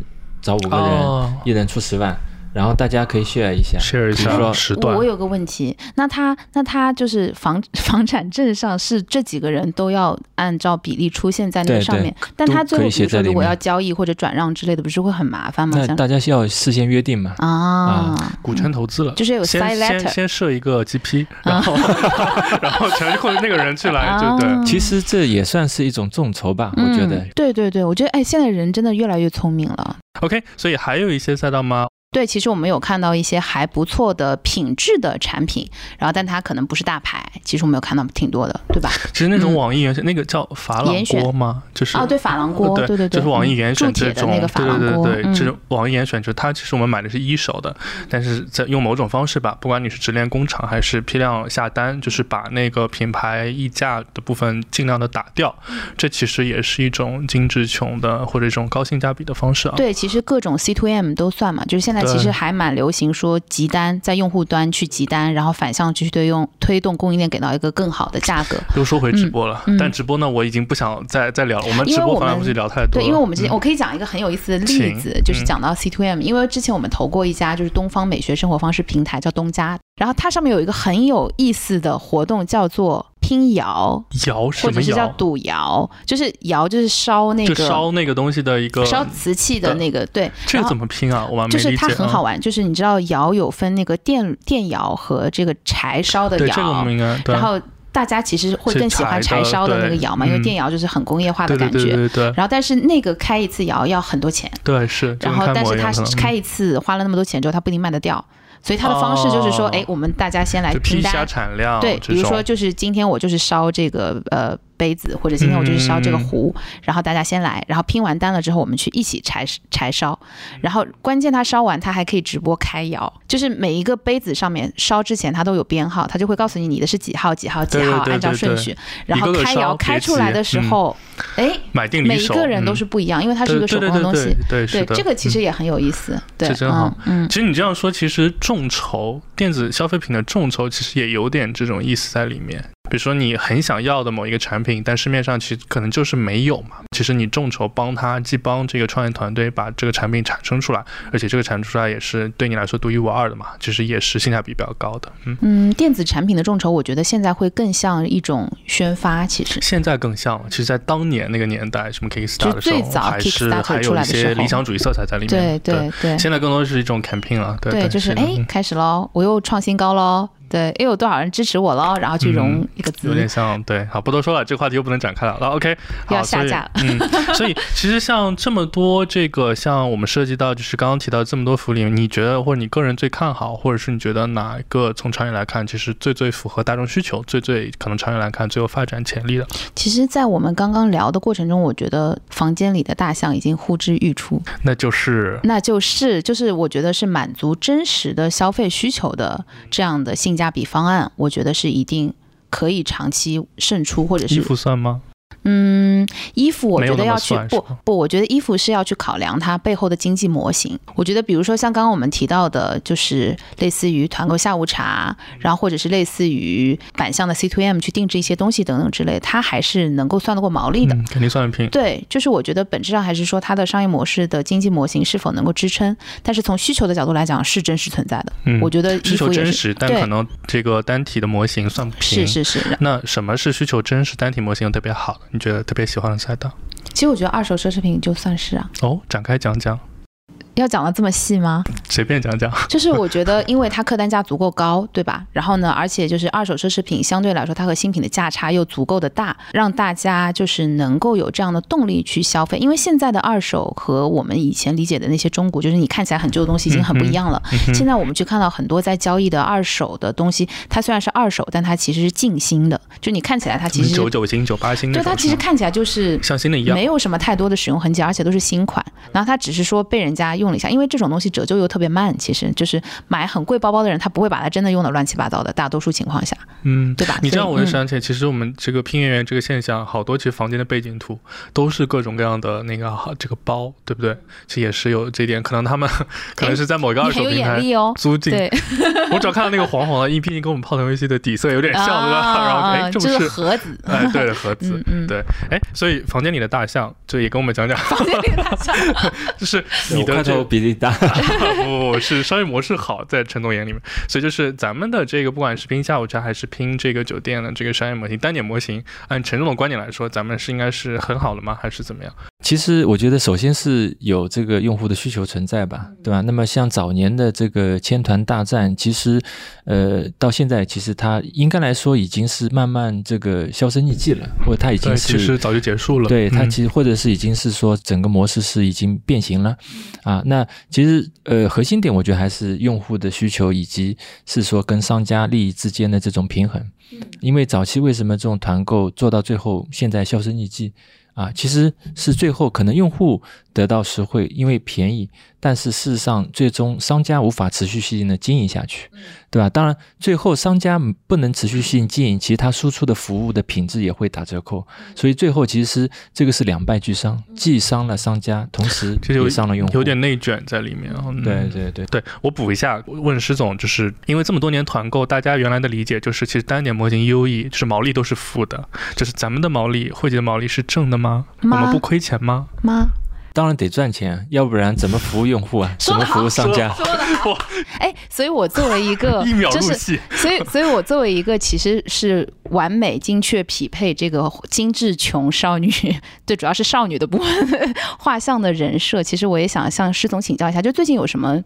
S3: 找五个人，
S2: 哦
S3: 一人出十万，然后大家可以 share 一下。
S2: share 一
S3: 比如
S2: 下
S3: 说
S2: 时
S1: 我
S2: 段
S1: 我，有个问题，那他那他就是房 房产证上是这几个人都要按照比例出现在那个
S3: 对
S1: 上
S3: 对
S1: 面，但
S3: 都
S1: 他最
S3: 可
S1: 后
S3: 以
S1: 比
S3: 写
S1: 如说
S3: 在里
S1: 如果
S3: 面
S1: 要交易或者转让之类的，不是会很麻烦吗？
S3: 那
S1: 像
S3: 大家是要事先约定嘛？
S1: 啊，
S2: 股权投资了。
S1: 就是有 side
S2: 先先
S1: letter，
S2: 先设一个 GP，然后、 然后全是靠那个人去来，
S1: 啊
S2: 就对。
S3: 其实这也算是一种众筹吧，我觉得
S1: 嗯。对对对，我觉得哎，现在人真的越来越聪明了。
S2: OK，所以还有一些赛道吗？
S1: 对，其实我们有看到一些还不错的品质的产品，然后但它可能不是大牌，其实我们有看到挺多的，对吧？
S2: 其实那种网易原选、那个叫珐
S1: 严
S2: 琅
S1: 选
S2: 锅吗？就是
S1: 嗯啊，对，珐琅锅，对
S2: 对
S1: 对对，
S2: 就是网易
S1: 嗯
S2: 严
S1: 铸
S2: 选
S1: 铁
S2: 这
S1: 的
S2: 种，
S1: 那个珐
S2: 对
S1: 琅
S2: 对
S1: 锅，
S2: 对对，
S1: 嗯
S2: 这种网易严选就是它其实我们买的是一手的，但是在用某种方式吧，不管你是直连工厂还是批量下单，就是把那个品牌溢价的部分尽量的打掉，这其实也是一种精致穷的或者一种高性价比的方式啊。
S1: 对，其实各种 C to M 都算嘛，就是现在其
S2: 对
S1: 实还蛮流行说集单，在用户端去集单，然后反向去推用推动供应链给到一个更好的价格。
S2: 又说回直播了，
S1: 嗯嗯
S2: 但直播呢，我已经不想再再聊了。我们
S1: 因为
S2: 直播
S1: 我
S2: 翻来
S1: 们
S2: 覆去聊太多了。
S1: 对，因为我们之前、
S2: 嗯
S1: 我可以讲一个很有意思的例
S2: 请
S1: 子，就是
S2: 嗯
S1: 讲到 C to M，、因为之前我们投过一家就是东方美学生活方式平台叫东家，然后它上面有一个很有意思的活动叫做拼窑，
S2: 摇
S1: 或
S2: 什
S1: 者
S2: 么
S1: 是叫
S2: 摇？
S1: 赌窑，就是窑就是烧那
S2: 就
S1: 个
S2: 烧那个东西的一个，
S1: 烧瓷器的
S2: 对
S1: 那个对，
S2: 这
S1: 然后
S2: 个怎么拼啊？我还没
S1: 就是
S2: 理
S1: 它
S2: 解。
S1: 很好
S2: 嗯
S1: 玩，就是你知道窑有分那个电电窑和这个柴烧的
S2: 对，
S1: 窑，
S2: 这个我们应该对
S1: 然。后大家其实会
S2: 是
S1: 更喜欢
S2: 柴的
S1: 柴烧的那个
S2: 对
S1: 窑嘛，因为
S2: 嗯
S1: 电窑就是很工业化的
S2: 对对
S1: 感
S2: 对
S1: 觉。
S2: 对对
S1: 然后但是那个开一次窑要很多钱，
S2: 对是，嗯就
S1: 然
S2: 跟
S1: 后
S2: 开
S1: 但
S2: 模
S1: 是
S2: 一样
S1: 他
S2: 可能
S1: 开一次花了那么多钱之后，他不一定卖得掉，所以他的方式就是说，
S2: 哦
S1: 哎，我们大家先来
S2: 就
S1: 拼
S2: 批下
S1: 单，
S2: 产量，
S1: 对，
S2: 啊这
S1: 比如说
S2: 种
S1: 就是今天我就是烧这个呃杯子，或者今天我就是烧这个
S2: 嗯
S1: 壶，然后大家先来，然后拼完单了之后，我们去一起柴柴烧，
S2: 嗯
S1: 然后关键他烧完他还可以直播开窑，就是每一个杯子上面烧之前他都有编号，他就会告诉你你的是几号几号几
S2: 对对
S1: 号，
S2: 对
S1: 按照
S2: 对
S1: 顺
S2: 对
S1: 序，然后
S2: 一个个
S1: 开
S2: 烧
S1: 窑
S2: 别
S1: 开出来
S2: 急
S1: 的时
S2: 嗯
S1: 候，哎，
S2: 买定
S1: 每
S2: 离
S1: 一
S2: 手，嗯
S1: 个人都是不一样，因为它是一个手工的东西。，
S2: 对对对对对是
S1: 对，
S2: 的
S1: 这个其
S2: 嗯
S1: 实也很有意思。对，
S2: 这真好
S1: 嗯，嗯
S2: 其实你这样说，其实众筹电子消费品的众筹其实也有点这种意思在里面。比如说你很想要的某一个产品，但市面上其实可能就是没有嘛。其实你众筹帮他，既帮这个创业团队把这个产品产生出来，而且这个产生出来也是对你来说独一无二的嘛，其实也是性价比比较高的。嗯，
S1: 嗯，电子产品的众筹，我觉得现在会更像一种宣发，其实。
S2: 现在更像了。其实，在当年那个年代，什么 Kickstarter
S1: 就
S2: 的
S1: 最
S2: 时候，
S1: 早
S2: 还是
S1: Kickstarter
S2: 还
S1: 出
S2: 有
S1: 来
S2: 一
S1: 的时
S2: 些
S1: 候
S2: 理想主义色彩在里
S1: 对
S2: 面。
S1: 对对
S2: 现在更多是一种 campaign 了。对
S1: 对，就是
S2: 的
S1: 哎
S2: 嗯，
S1: 开始喽，我又创新高喽，对，又有多少人支持我喽，然后去融
S2: 嗯
S1: 一个资
S2: 有，点像，对，好，不多说了，这个话题又不能展开了。那 OK，好，
S1: 要下
S2: 所以
S1: 架了
S2: 嗯，所以其实像这么多这个，像我们涉及到就是刚刚提到这么多福利，你觉得或者你个人最看好，或者是你觉得哪一个从长远来看，其实最最符合大众需求，最最可能长远来看最有发展潜力的？
S1: 其实，在我们刚刚聊的过程中，我觉得房间里的大象已经呼之欲出，
S2: 那就是
S1: 那就是就是我觉得是满足真实的消费需求的这样的性价比方案，我觉得是一定可以长期胜出，或者
S2: 衣
S1: 是
S2: 服算吗？
S1: 嗯，衣服我
S2: 没有
S1: 觉得
S2: 那么
S1: 要去
S2: 算
S1: 不
S2: 是吗
S1: 不，我觉得衣服是要去考量它背后的经济模型。我觉得比如说像刚刚我们提到的，就是类似于团购下午茶，然后或者是类似于反向的 C to M 去定制一些东西等等之类，它还是能够算得过毛利的。
S2: 嗯，肯定算得平。
S1: 对，就是我觉得本质上还是说它的商业模式的经济模型是否能够支撑，但是从需求的角度来讲是真实存在的。
S2: 嗯，
S1: 我觉得
S2: 需
S1: 衣
S2: 求
S1: 服也
S2: 真
S1: 是
S2: 实，但
S1: 对
S2: 可能这个单体的模型算不平。
S1: 是是是，
S2: 那什么是需求真实单体模型又特别好的？你觉得特别喜欢的赛道？
S1: 其实我觉得二手奢侈品就算是啊，
S2: 哦，展开讲讲，
S1: 要讲的这么细吗？
S2: 随便讲讲。
S1: 就是我觉得，因为它客单价足够高，对吧？然后呢，而且就是二手奢侈品相对来说，它和新品的价差又足够的大，让大家就是能够有这样的动力去消费。因为现在的二手和我们以前理解的那些中古，就是你看起来很旧的东西已经很不一样了。
S2: 嗯哼
S1: 现在我们去看到很多在交易的二手的东西，它虽然是二手，但它其实是静新的，就你看起来它其实
S2: 九九星、九八星那
S1: 对
S2: 种是吗，
S1: 它其实看起来就是
S2: 像新的一样
S1: 没。有什么太多的使用痕迹，而且都是新款。然后它只是说被人家用了一下，因为这种东西折旧又特别慢，其实就是买很贵包包的人，他不会把它真的用的乱七八糟的，大多数情况下，
S2: 嗯，
S1: 对吧？
S2: 你这样我
S1: 所
S2: 就
S1: 以嗯
S2: 想起来，其实我们这个拼月圆这个现象，好多其实房间的背景图都是各种各样的那个好这个包，对不对？这也是有这一点，可能他们 可能是在某一个
S1: 哎
S2: 二
S1: 你很
S2: 手
S1: 有
S2: 平
S1: 眼
S2: 台
S1: 力哦。
S2: 租进。
S1: 对，
S2: 我只要看到那个黄黄的，一拼跟我们泡腾游戏的底色有点像，对吧？
S1: 啊
S2: 然后
S1: 啊
S2: 哎，这
S1: 就
S2: 不
S1: 是
S2: 是。
S1: 盒子，
S2: 哎，对的，盒子
S1: 嗯，嗯，
S2: 对哎，所以房间里的大象，这也跟我们讲讲， 房间里的大象，就是你的
S3: 我块
S2: 这
S3: 头比例大，
S2: 不不不，是商业模式好，在陈总眼里面，所以就是咱们的这个，不管是拼下午茶还是拼这个酒店的这个商业模型、单点模型，按陈总的观点来说，咱们是应该是很好的吗？还是怎么样？
S3: 其实我觉得，首先是有这个用户的需求存在吧，对吧？那么像早年的这个千团大战，其实，呃，到现在其实它应该来说已经是慢慢这个销声匿迹了，或者它已经
S2: 对，其
S3: 是
S2: 实早就结束了。
S3: 对它
S2: 嗯
S3: 其实或者是已经是说整个模式是已经变形了，啊，那其实呃核心点我觉得还是用户的需求以及是说跟商家利益之间的这种平衡，因为早期为什么这种团购做到最后现在销声匿迹啊，其实是最后可能用户得到实惠，因为便宜，但是事实上最终商家无法持续性的经营下去，
S1: 嗯
S3: 对吧？当然最后商家不能持续性经营，其实它输出的服务的品质也会打折扣，
S1: 嗯
S3: 所以最后其实这个是两败俱伤，既伤了商家，同时
S2: 这就
S3: 也伤了用户。
S2: 有点内卷在里面。嗯、
S3: 对对对，
S2: 对我补一下，问施总，就是因为这么多年团购，大家原来的理解就是，其实单点模型优异，就是毛利都是负的，就是咱们的毛利，汇集的毛利是正的吗？我
S1: 妈
S2: 们不亏钱吗？
S1: 妈，
S3: 当然得赚钱，要不然怎么服务用户啊？
S1: 说
S3: 怎么
S1: 得
S3: 服务
S1: 好
S3: 商家？
S1: 哎，所以我作为一个
S2: 一秒
S1: 就
S2: 入
S1: 是
S2: 戏，
S1: 所以，所以我作为一个其实是完美、精确匹配这个精致穷少女，对，主要是少女的部分画像的人设，其实我也想向施总请教一下，就最近有什么？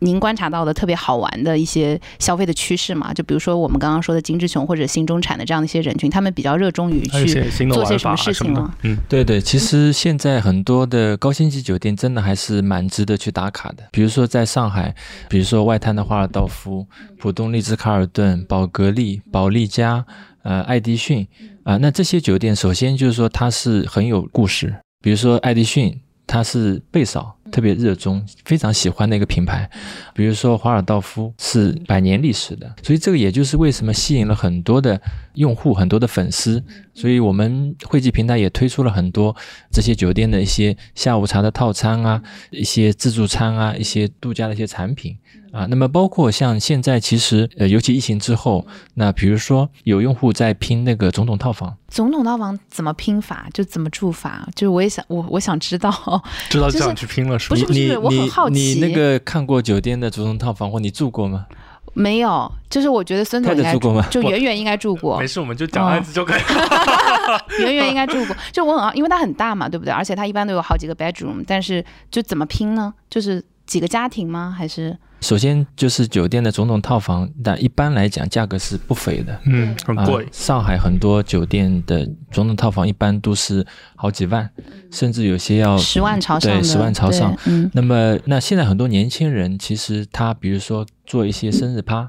S1: 您观察到的特别好玩的一些消费的趋势嘛？就比如说我们刚刚说的精致穷或者新中产的这样的一些人群，他们比较热衷于
S2: 还有一
S1: 去
S2: 些新的
S1: 做
S2: 玩
S1: 些什
S2: 法
S1: 么
S2: 啊
S1: 事
S2: 什么
S1: 情
S2: 的
S1: 吗。？
S2: 嗯，
S3: 对对，其实现在很多的高星级酒店真的还是蛮值得去打卡的。比如说在上海，比如说外滩的华尔道夫、浦东丽兹卡尔顿、宝格丽、保利加、呃爱迪逊啊、那这些酒店首先就是说它是很有故事。比如说爱迪逊，它是贝嫂特别热衷、非常喜欢的一个品牌。比如说华尔道夫是百年历史的，所以这个也就是为什么吸引了很多的用户、很多的粉丝。所以我们汇集平台也推出了很多这些酒店的一些下午茶的套餐啊，
S1: 嗯
S3: 一些自助餐啊，一些度假的一些产品啊。那么包括像现在其实呃，尤其疫情之后，
S1: 嗯
S3: 那比如说有用户在拼那个总统套房，
S1: 总统套房怎么拼法？就怎么住法？就是我也想，我我想知道，
S2: 知道
S1: 就
S2: 这
S1: 是
S2: 样去拼了是
S1: 不
S2: 吗？
S1: 是不是
S3: 你
S1: 我很
S3: 你
S1: 好
S3: 你
S1: 奇
S3: 那个看过酒店的总统套房或你住过吗？
S1: 没有，就是我觉得孙总
S3: 太
S1: 应
S3: 太
S1: 该
S3: 住过吗？
S1: 就圆圆应该住过
S2: 没，事，我们就讲
S1: 哦
S2: 案子就可以了。
S1: 圆圆应该住过，就我很好，因为它很大嘛，对不对？而且它一般都有好几个 bedroom，但是就怎么拼呢？就是几个家庭吗？还是
S3: 首先就是酒店的总统套房，但一般来讲价格是不菲的，
S2: 嗯， 很
S3: 啊，
S2: 贵。
S3: 上海很多酒店的总统套房一般都是好几万，甚至有些要
S1: 十万朝上的？
S3: 哦对，十万朝上。
S1: 对。嗯，
S3: 那么，那现在很多年轻人其实他，比如说做一些生日趴，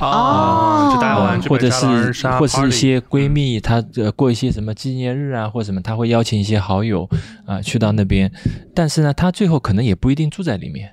S1: 哦
S2: 就大家
S1: 啊
S2: 晚上去
S3: 或者
S2: 北沙狼人
S3: 是
S2: 杀
S3: 或是一
S2: party
S3: 些闺蜜，她呃过一些什么纪念日啊，或什么，她会邀请一些好友啊、去到那边，但是呢，她最后可能也不一定住在里面，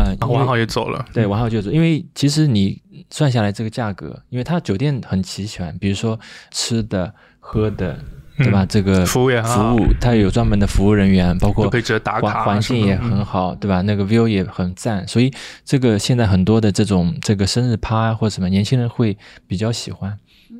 S2: 啊
S3: 因为
S2: 玩好也走了。
S3: 对，完后就是因为其实你算下来这个价格，因为它酒店很齐全，比如说吃的、喝的、对吧？
S2: 嗯
S3: 这个
S2: 服务也很好
S3: 服务，它有专门的服务人员，包括
S2: 就可以直接打卡啊
S3: 环环境也
S2: 什么的
S3: 很好，对吧？那个 view 也很赞，所以这个现在很多的这种这个生日趴或者什么，年轻人会比较喜欢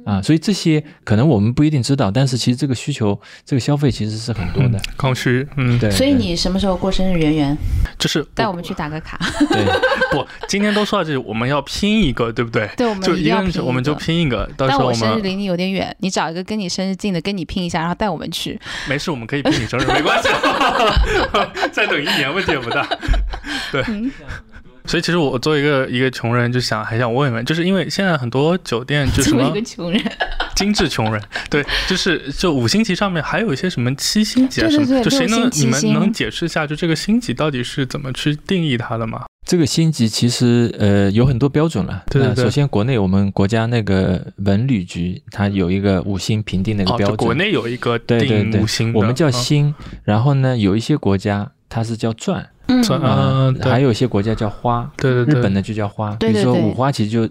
S1: 嗯
S3: 啊，所以这些可能我们不一定知道，但是其实这个需求，这个消费其实是很多 的。
S2: 刚需，嗯，
S3: 对，
S1: 所以
S3: 对
S1: 你什么时候过生日？圆圆
S2: 就是
S1: 带我们去打个卡。
S3: 对
S2: 不，今天都说到这里，我们要拼一个，对不对？
S1: 对我们
S2: 就
S1: 一定
S2: 个
S1: 要
S2: 人
S1: 拼一
S2: 我们就
S1: 个
S2: 拼一个，到时
S1: 但
S2: 候
S1: 我生日
S2: 们
S1: 离你有点远，你找一个跟你生日近的，跟你拼一下，然后带我们 去。
S2: 没事，我们可以拼你生日，没关系， 再等一年问题也不大。对，
S3: 嗯
S2: 所以其实我作为一个一个穷人，就想还想问一问，就是因为现在很多酒店 就什
S1: 作为一
S2: 么
S1: 个穷人，
S2: 精致穷人， 对，就是就五星级上面还有一些什么七星级啊
S1: 对
S2: 什
S1: 对
S2: 么，
S1: 对
S2: 就谁
S1: 六
S2: 能
S1: 星七
S2: 你们
S1: 星
S2: 能解释一下，就这个星级到底是怎么去定义它的吗？
S3: 这个星级其实呃有很多标准了。
S2: 对对
S3: 那
S2: 对
S3: 首先国内我们国家那个文旅局，它有一个五星评定的一个
S2: 哦，
S3: 标
S2: 就
S3: 准。
S2: 国内有一个
S3: 对对
S2: 定
S3: 对
S2: 五星的，
S3: 我们叫
S2: 嗯
S3: 星，然后呢，有一些国家它是叫钻
S1: 嗯，
S2: 算
S3: 啊、
S2: 啊，对
S3: 还有一些国家叫花，
S2: 对对
S3: 日
S2: 对
S3: 本呢就叫花。
S1: 对对
S3: 比如说
S1: 对
S3: 五花其实就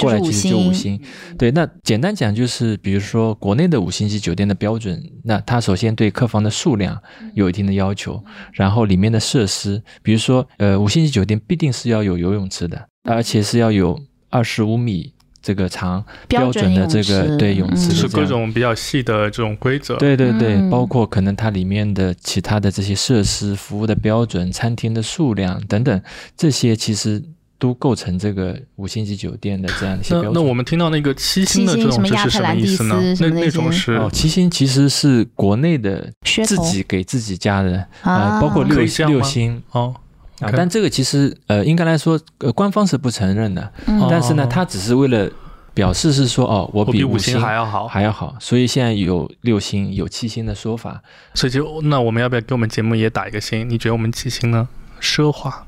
S3: 过来
S1: 就
S3: 其
S1: 是
S3: 实就
S1: 五
S3: 五
S1: 星
S3: 星。对，那简单讲就是，比如说国内的五星级酒店的标准，那它首先对客房的数量
S1: 嗯
S3: 有一定的要求，然后里面的设施，比如说呃五星级酒店必定是要有游泳池的，而且是要有二十五米这个长标
S1: 标
S3: 准的
S1: 准
S3: 这
S1: 泳
S3: 个
S1: 池
S3: 对泳
S1: 嗯
S3: 池的
S2: 就是
S3: 这
S2: 各
S3: 样
S2: 种比较细的这种规则。
S3: 啊对对对，
S1: 嗯
S3: 包括可能它里面的其他的这些设施、服务的标准、餐厅的数量等等，这些其实都构成这个五星级酒店的这样的一些
S2: 那
S3: 标
S2: 那
S3: 准。
S2: 我们听到那个七星的
S1: 七
S2: 这
S1: 星
S2: 种，
S1: 什
S2: 这
S1: 么亚
S2: 是什
S1: 特
S2: 么
S1: 兰蒂
S2: 意
S1: 斯
S2: 思呢？那
S1: 什么那
S2: 那种
S1: 些
S2: 是
S3: 哦，七星其实是国内的
S1: 噱
S3: 自
S1: 头
S3: 己给自己加的，
S1: 啊
S3: 呃，包括
S2: 可
S3: 六
S2: 以这样吗
S3: 六星
S2: 哦，
S3: 啊
S2: OK
S3: 但这个其实呃，应该来说，呃，官方是不承认的，
S1: 嗯
S3: 但是呢
S2: 哦，
S3: 它只是为了表示是说，哦，我
S2: 我
S3: 比
S2: 五
S3: 星
S2: 星还要好。
S3: 还要好，所以现在有六星、有七星的说法。
S2: 所以就那我们要不要给我们节目也打一个星？你觉得我们七星呢？奢华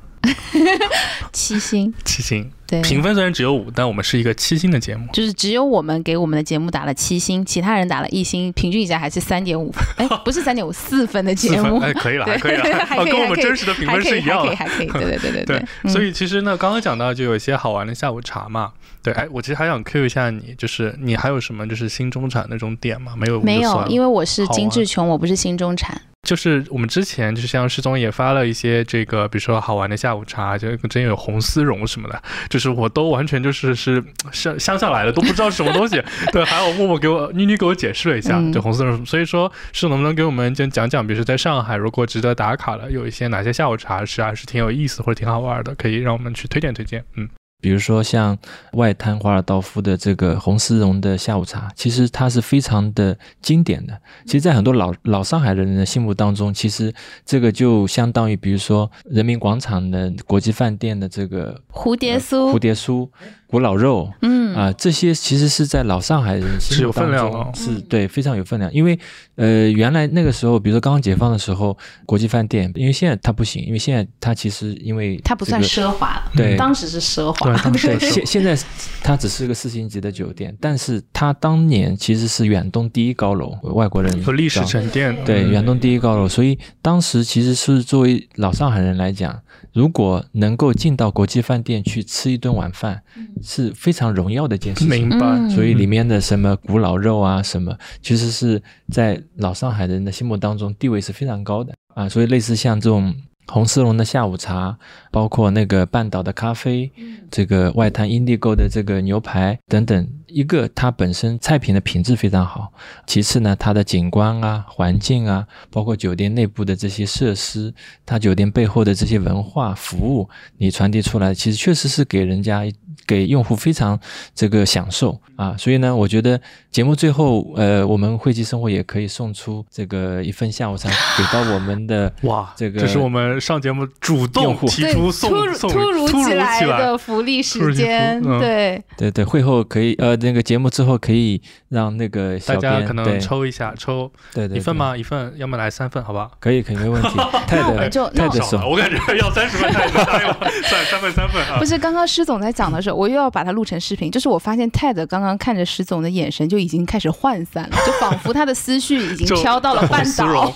S1: 七星，
S2: 七星，
S1: 对，
S2: 评分虽然只有五，但我们是一个七星的节目。
S1: 就是只有我们给我们的节目打了七星，其他人打了一星，平均一下还是三点五分，哎， 不是三点五，四分的
S2: 四
S1: 节
S2: 分
S1: 目，
S2: 哎，可以了，
S1: 对
S2: 可以了，
S1: 还
S2: 哦，
S1: 可以
S2: 跟我
S1: 还
S2: 们
S1: 可以
S2: 真实的 评
S1: 还
S2: 分
S1: 可
S2: 是
S1: 以，
S2: 一样
S1: 还可以，
S2: 的。
S1: 还可以，对对对 对
S2: 对
S1: 对，嗯
S2: 所以其实呢，刚刚讲到就有一些好玩的下午茶嘛。对，哎，我其实还想 Q 一下你，就是你还有什么就是新中产那种点吗？没有，
S1: 没有，因
S2: 为
S1: 为我是
S2: 好
S1: 精
S2: 玩
S1: 致穷，我不是新中产。
S2: 就是我们之前就是像师中也发了一些这个，比如说好玩的下午茶，就真有红丝绒什么的， 就是我都完全就是是乡乡下来的，都不知道是什么东西。 对，还有默默给我妮妮给我解释了一下，
S1: 嗯
S2: 就红丝绒。所以说，是能不能给我们就讲讲，比如说在上海，如果值得打卡了，有一些哪些下午茶是还是挺有意思或者挺好玩的，可以让我们去推荐推荐。嗯，
S3: 比如说像外滩华尔道夫的这个红丝绒的下午茶，其实它是非常的经典的。其实，在很多老老上海人的心目当中，其实这个就相当于，比如说人民广场的国际饭店的这个
S1: 蝴蝶
S3: 呃
S1: 酥，
S3: 蝴蝶酥、古老肉
S1: 嗯
S3: 啊、这些其实是在老上海人
S2: 是
S3: 心
S2: 有
S3: 目
S2: 分
S3: 当
S2: 量
S1: 嗯
S2: 哦的
S3: 中是对非常有分量，因为呃，原来那个时候，比如说刚刚解放的时候，国际饭店，因为现在它不行，因为现在它其实因为
S1: 它不
S3: 这
S1: 算嗯
S3: 个
S1: 奢华了，
S3: 对
S1: 当时是奢华
S2: 对，， 他们说
S3: 对，
S2: 是
S3: 现现在它只是个四星级的酒店，但是它当年其实是远东第一高楼，外国
S1: 嗯
S3: 人
S2: 有历史
S3: 知道
S2: 沉淀嗯的。
S3: 对远东第一高楼，所以当时其实是作为老上海人来讲，如果能够进到国际饭店去吃一顿晚饭，是非常荣耀的一件事情
S2: 明。白。
S1: 嗯
S3: 所以里面的什么古老肉啊，什么其实是在老上海人的心目当中地位是非常高的啊。所以类似像这种红丝绒的下午茶，包括那个半岛的咖啡，这个外滩 Indigo 的这个牛排等等，一个它本身菜品的品质非常好，其次呢，它的景观啊、环境啊，包括酒店内部的这些设施，它酒店背后的这些文化服务，你传递出来，其实确实是给人家、给用户非常这个享受啊。所以呢，我觉得节目最后，呃，我们汇集生活也可以送出这个一份下午茶给到我们的
S2: 哇，
S3: 这个
S2: 这是我们上节目主
S3: 用
S2: 动
S3: 户
S2: 提
S1: 对，
S2: 出送
S1: 突如
S2: 送
S1: 突如
S2: 突如
S1: 其来
S2: 其来
S1: 的福利
S2: 突如
S1: 时
S2: 其
S1: 间，
S2: 出嗯
S1: 对，
S3: 对对，会后可以呃，那个节目之后可以让那个小
S2: 大家
S3: 编
S2: 可
S3: 对
S2: 能抽一下，抽
S3: 对对
S2: 一份？
S3: 对
S2: 吗？一份，要么来三份，好不好？
S3: 可以可以，没问 题。太
S1: 那我
S3: 的
S1: 们就
S3: 太
S1: 那
S3: 的
S2: 少
S3: 送
S2: 了，。我感觉要三十份太多，答应我算 三份三份啊
S4: 不。是，刚刚施总在讲的时候，我又要把它录成视频。就是我发现 Ted 刚刚看着施总的眼神就已经开始涣散了，就仿佛他的思绪已经
S2: 就
S4: 飘到了半
S2: 丝
S4: 岛
S2: 绒。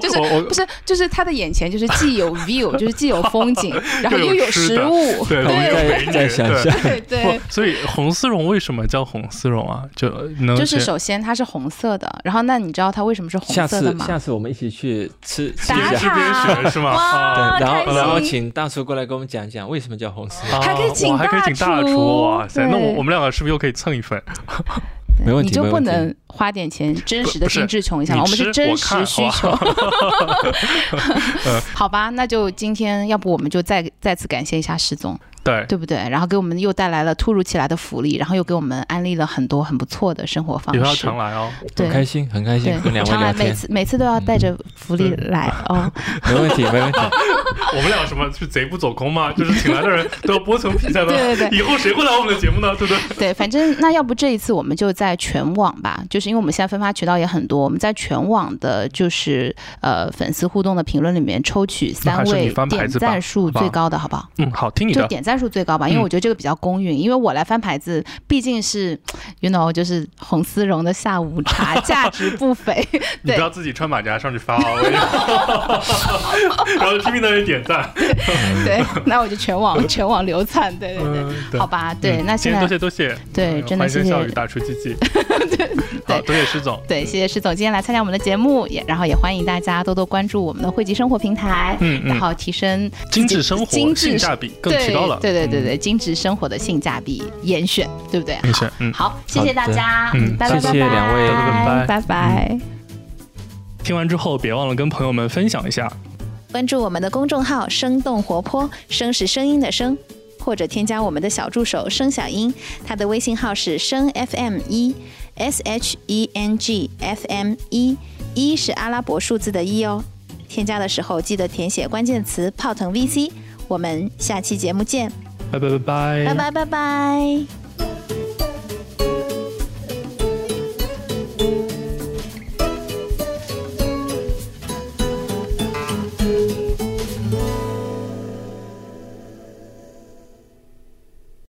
S1: 就是
S2: 我
S1: 不是就是他的眼前就是既有 view，就是既有风 景，然后
S2: 又有
S1: 又有
S2: 吃
S1: 食
S2: 的
S1: 物，
S2: 对
S3: 我们再再想一下，
S1: 对 对。
S2: 不所以红丝绒为什么叫红丝绒啊？就能
S1: 就是
S2: 先
S1: 首先它是红色的，然后那你知道它为什么是红
S3: 下
S1: 色的
S3: 次
S1: 吗？
S3: 下次我们一起去吃吃
S1: 打
S3: 一
S2: 边
S3: 下
S2: 吃，边学是吗？
S3: 对，
S2: 啊
S1: 哇
S3: 然后
S1: 哦开心
S3: 然后请大叔过来给我们讲一讲为什么叫红丝
S2: 啊
S3: 绒，
S1: 还可以请
S2: 我还可以请大
S1: 大
S2: 厨，
S1: 厨
S2: 哇塞！那我
S1: 对
S2: 我们两个是不是又可以蹭一份？
S3: 没问
S1: 你
S3: 题
S1: 就
S3: 没
S1: 不
S3: 问题
S1: 能花点钱真实的
S2: 不是
S1: 精致穷一下吗？
S2: 你
S1: 我们
S2: 吃
S1: 是真
S2: 我
S1: 实
S2: 看
S1: 需求。 好吧，那就今天要不我们就再再次感谢一下石总，
S2: 对，
S1: 对不对？然后给我们又带来了突如其来的福利，然后又给我们安利了很多很不错的生活方
S2: 以后要
S1: 式
S2: 常。来哦。
S3: 很
S1: 对
S3: 开心很开心
S1: 对
S3: 跟，两位
S1: 常
S3: 聊
S1: 来每
S3: 天，
S1: 次每次都
S2: 嗯
S1: 要带着福利来哦。
S3: 没问题没问题，
S2: 我们俩什么是贼不走空吗？就是请来的人都要剥层皮才能。
S1: 对对对
S2: 以后谁会来我们的节目呢？对不对？
S1: 对，反正那要不这一次我们就在全网吧，就是因为我们现在分发渠道也很多，我们在全网的就是呃粉丝互动的评论里面抽取
S2: 那
S1: 三
S2: 还是你
S1: 位
S2: 翻牌
S1: 点
S2: 子吧
S1: 赞数
S2: 好吧
S1: 最高的，好不好？
S2: 嗯，好，听你
S1: 就
S2: 的。
S1: 点赞数最高吧，因为
S2: 嗯
S1: 我觉得这个比较公允，因为我来翻牌子，毕竟是 you know 就是红丝绒的下午 茶，价值不菲。
S2: 你不
S1: 对
S2: 要自己穿马甲上去发哦，我跟你 说然后拼命在那里点赞。
S1: 对，那我就全网全网流窜，对对对，
S2: 嗯，
S1: 好吧，对，
S2: 嗯
S1: 那
S2: 今
S1: 现
S2: 天
S1: 在
S2: 多谢多谢，
S1: 对
S2: 嗯
S1: 真的
S2: 欢声
S1: 谢谢
S2: 笑语打出鸡 鸡。好，多谢施总，
S1: 对，谢谢施总今天来参加我们的节目，也然后也欢迎大家多多关注我们的汇集生活平台，
S2: 嗯嗯
S1: 然后提升
S2: 精致生活
S1: 精致
S2: 性价比更提高了。
S1: 对对对对对，精致生活的性价比严选，对不对？
S2: 没事，嗯。
S1: 好，谢谢大家，
S2: 好的嗯
S1: 拜拜，
S3: 谢谢两位
S1: 拜拜，拜拜。
S2: 听完之后，别忘了跟朋友们分享一下。
S5: 关注我们的公众号“生动活泼”，声是声音的声，或者添加我们的小助手声小英，他的微信号是声 FM 一 S H E N G F M 一，一是阿拉伯数字的一哦。添加的时候记得填写关键词“泡腾 VC”。我们下期节目见，
S2: 拜拜拜拜，
S5: 拜拜拜拜。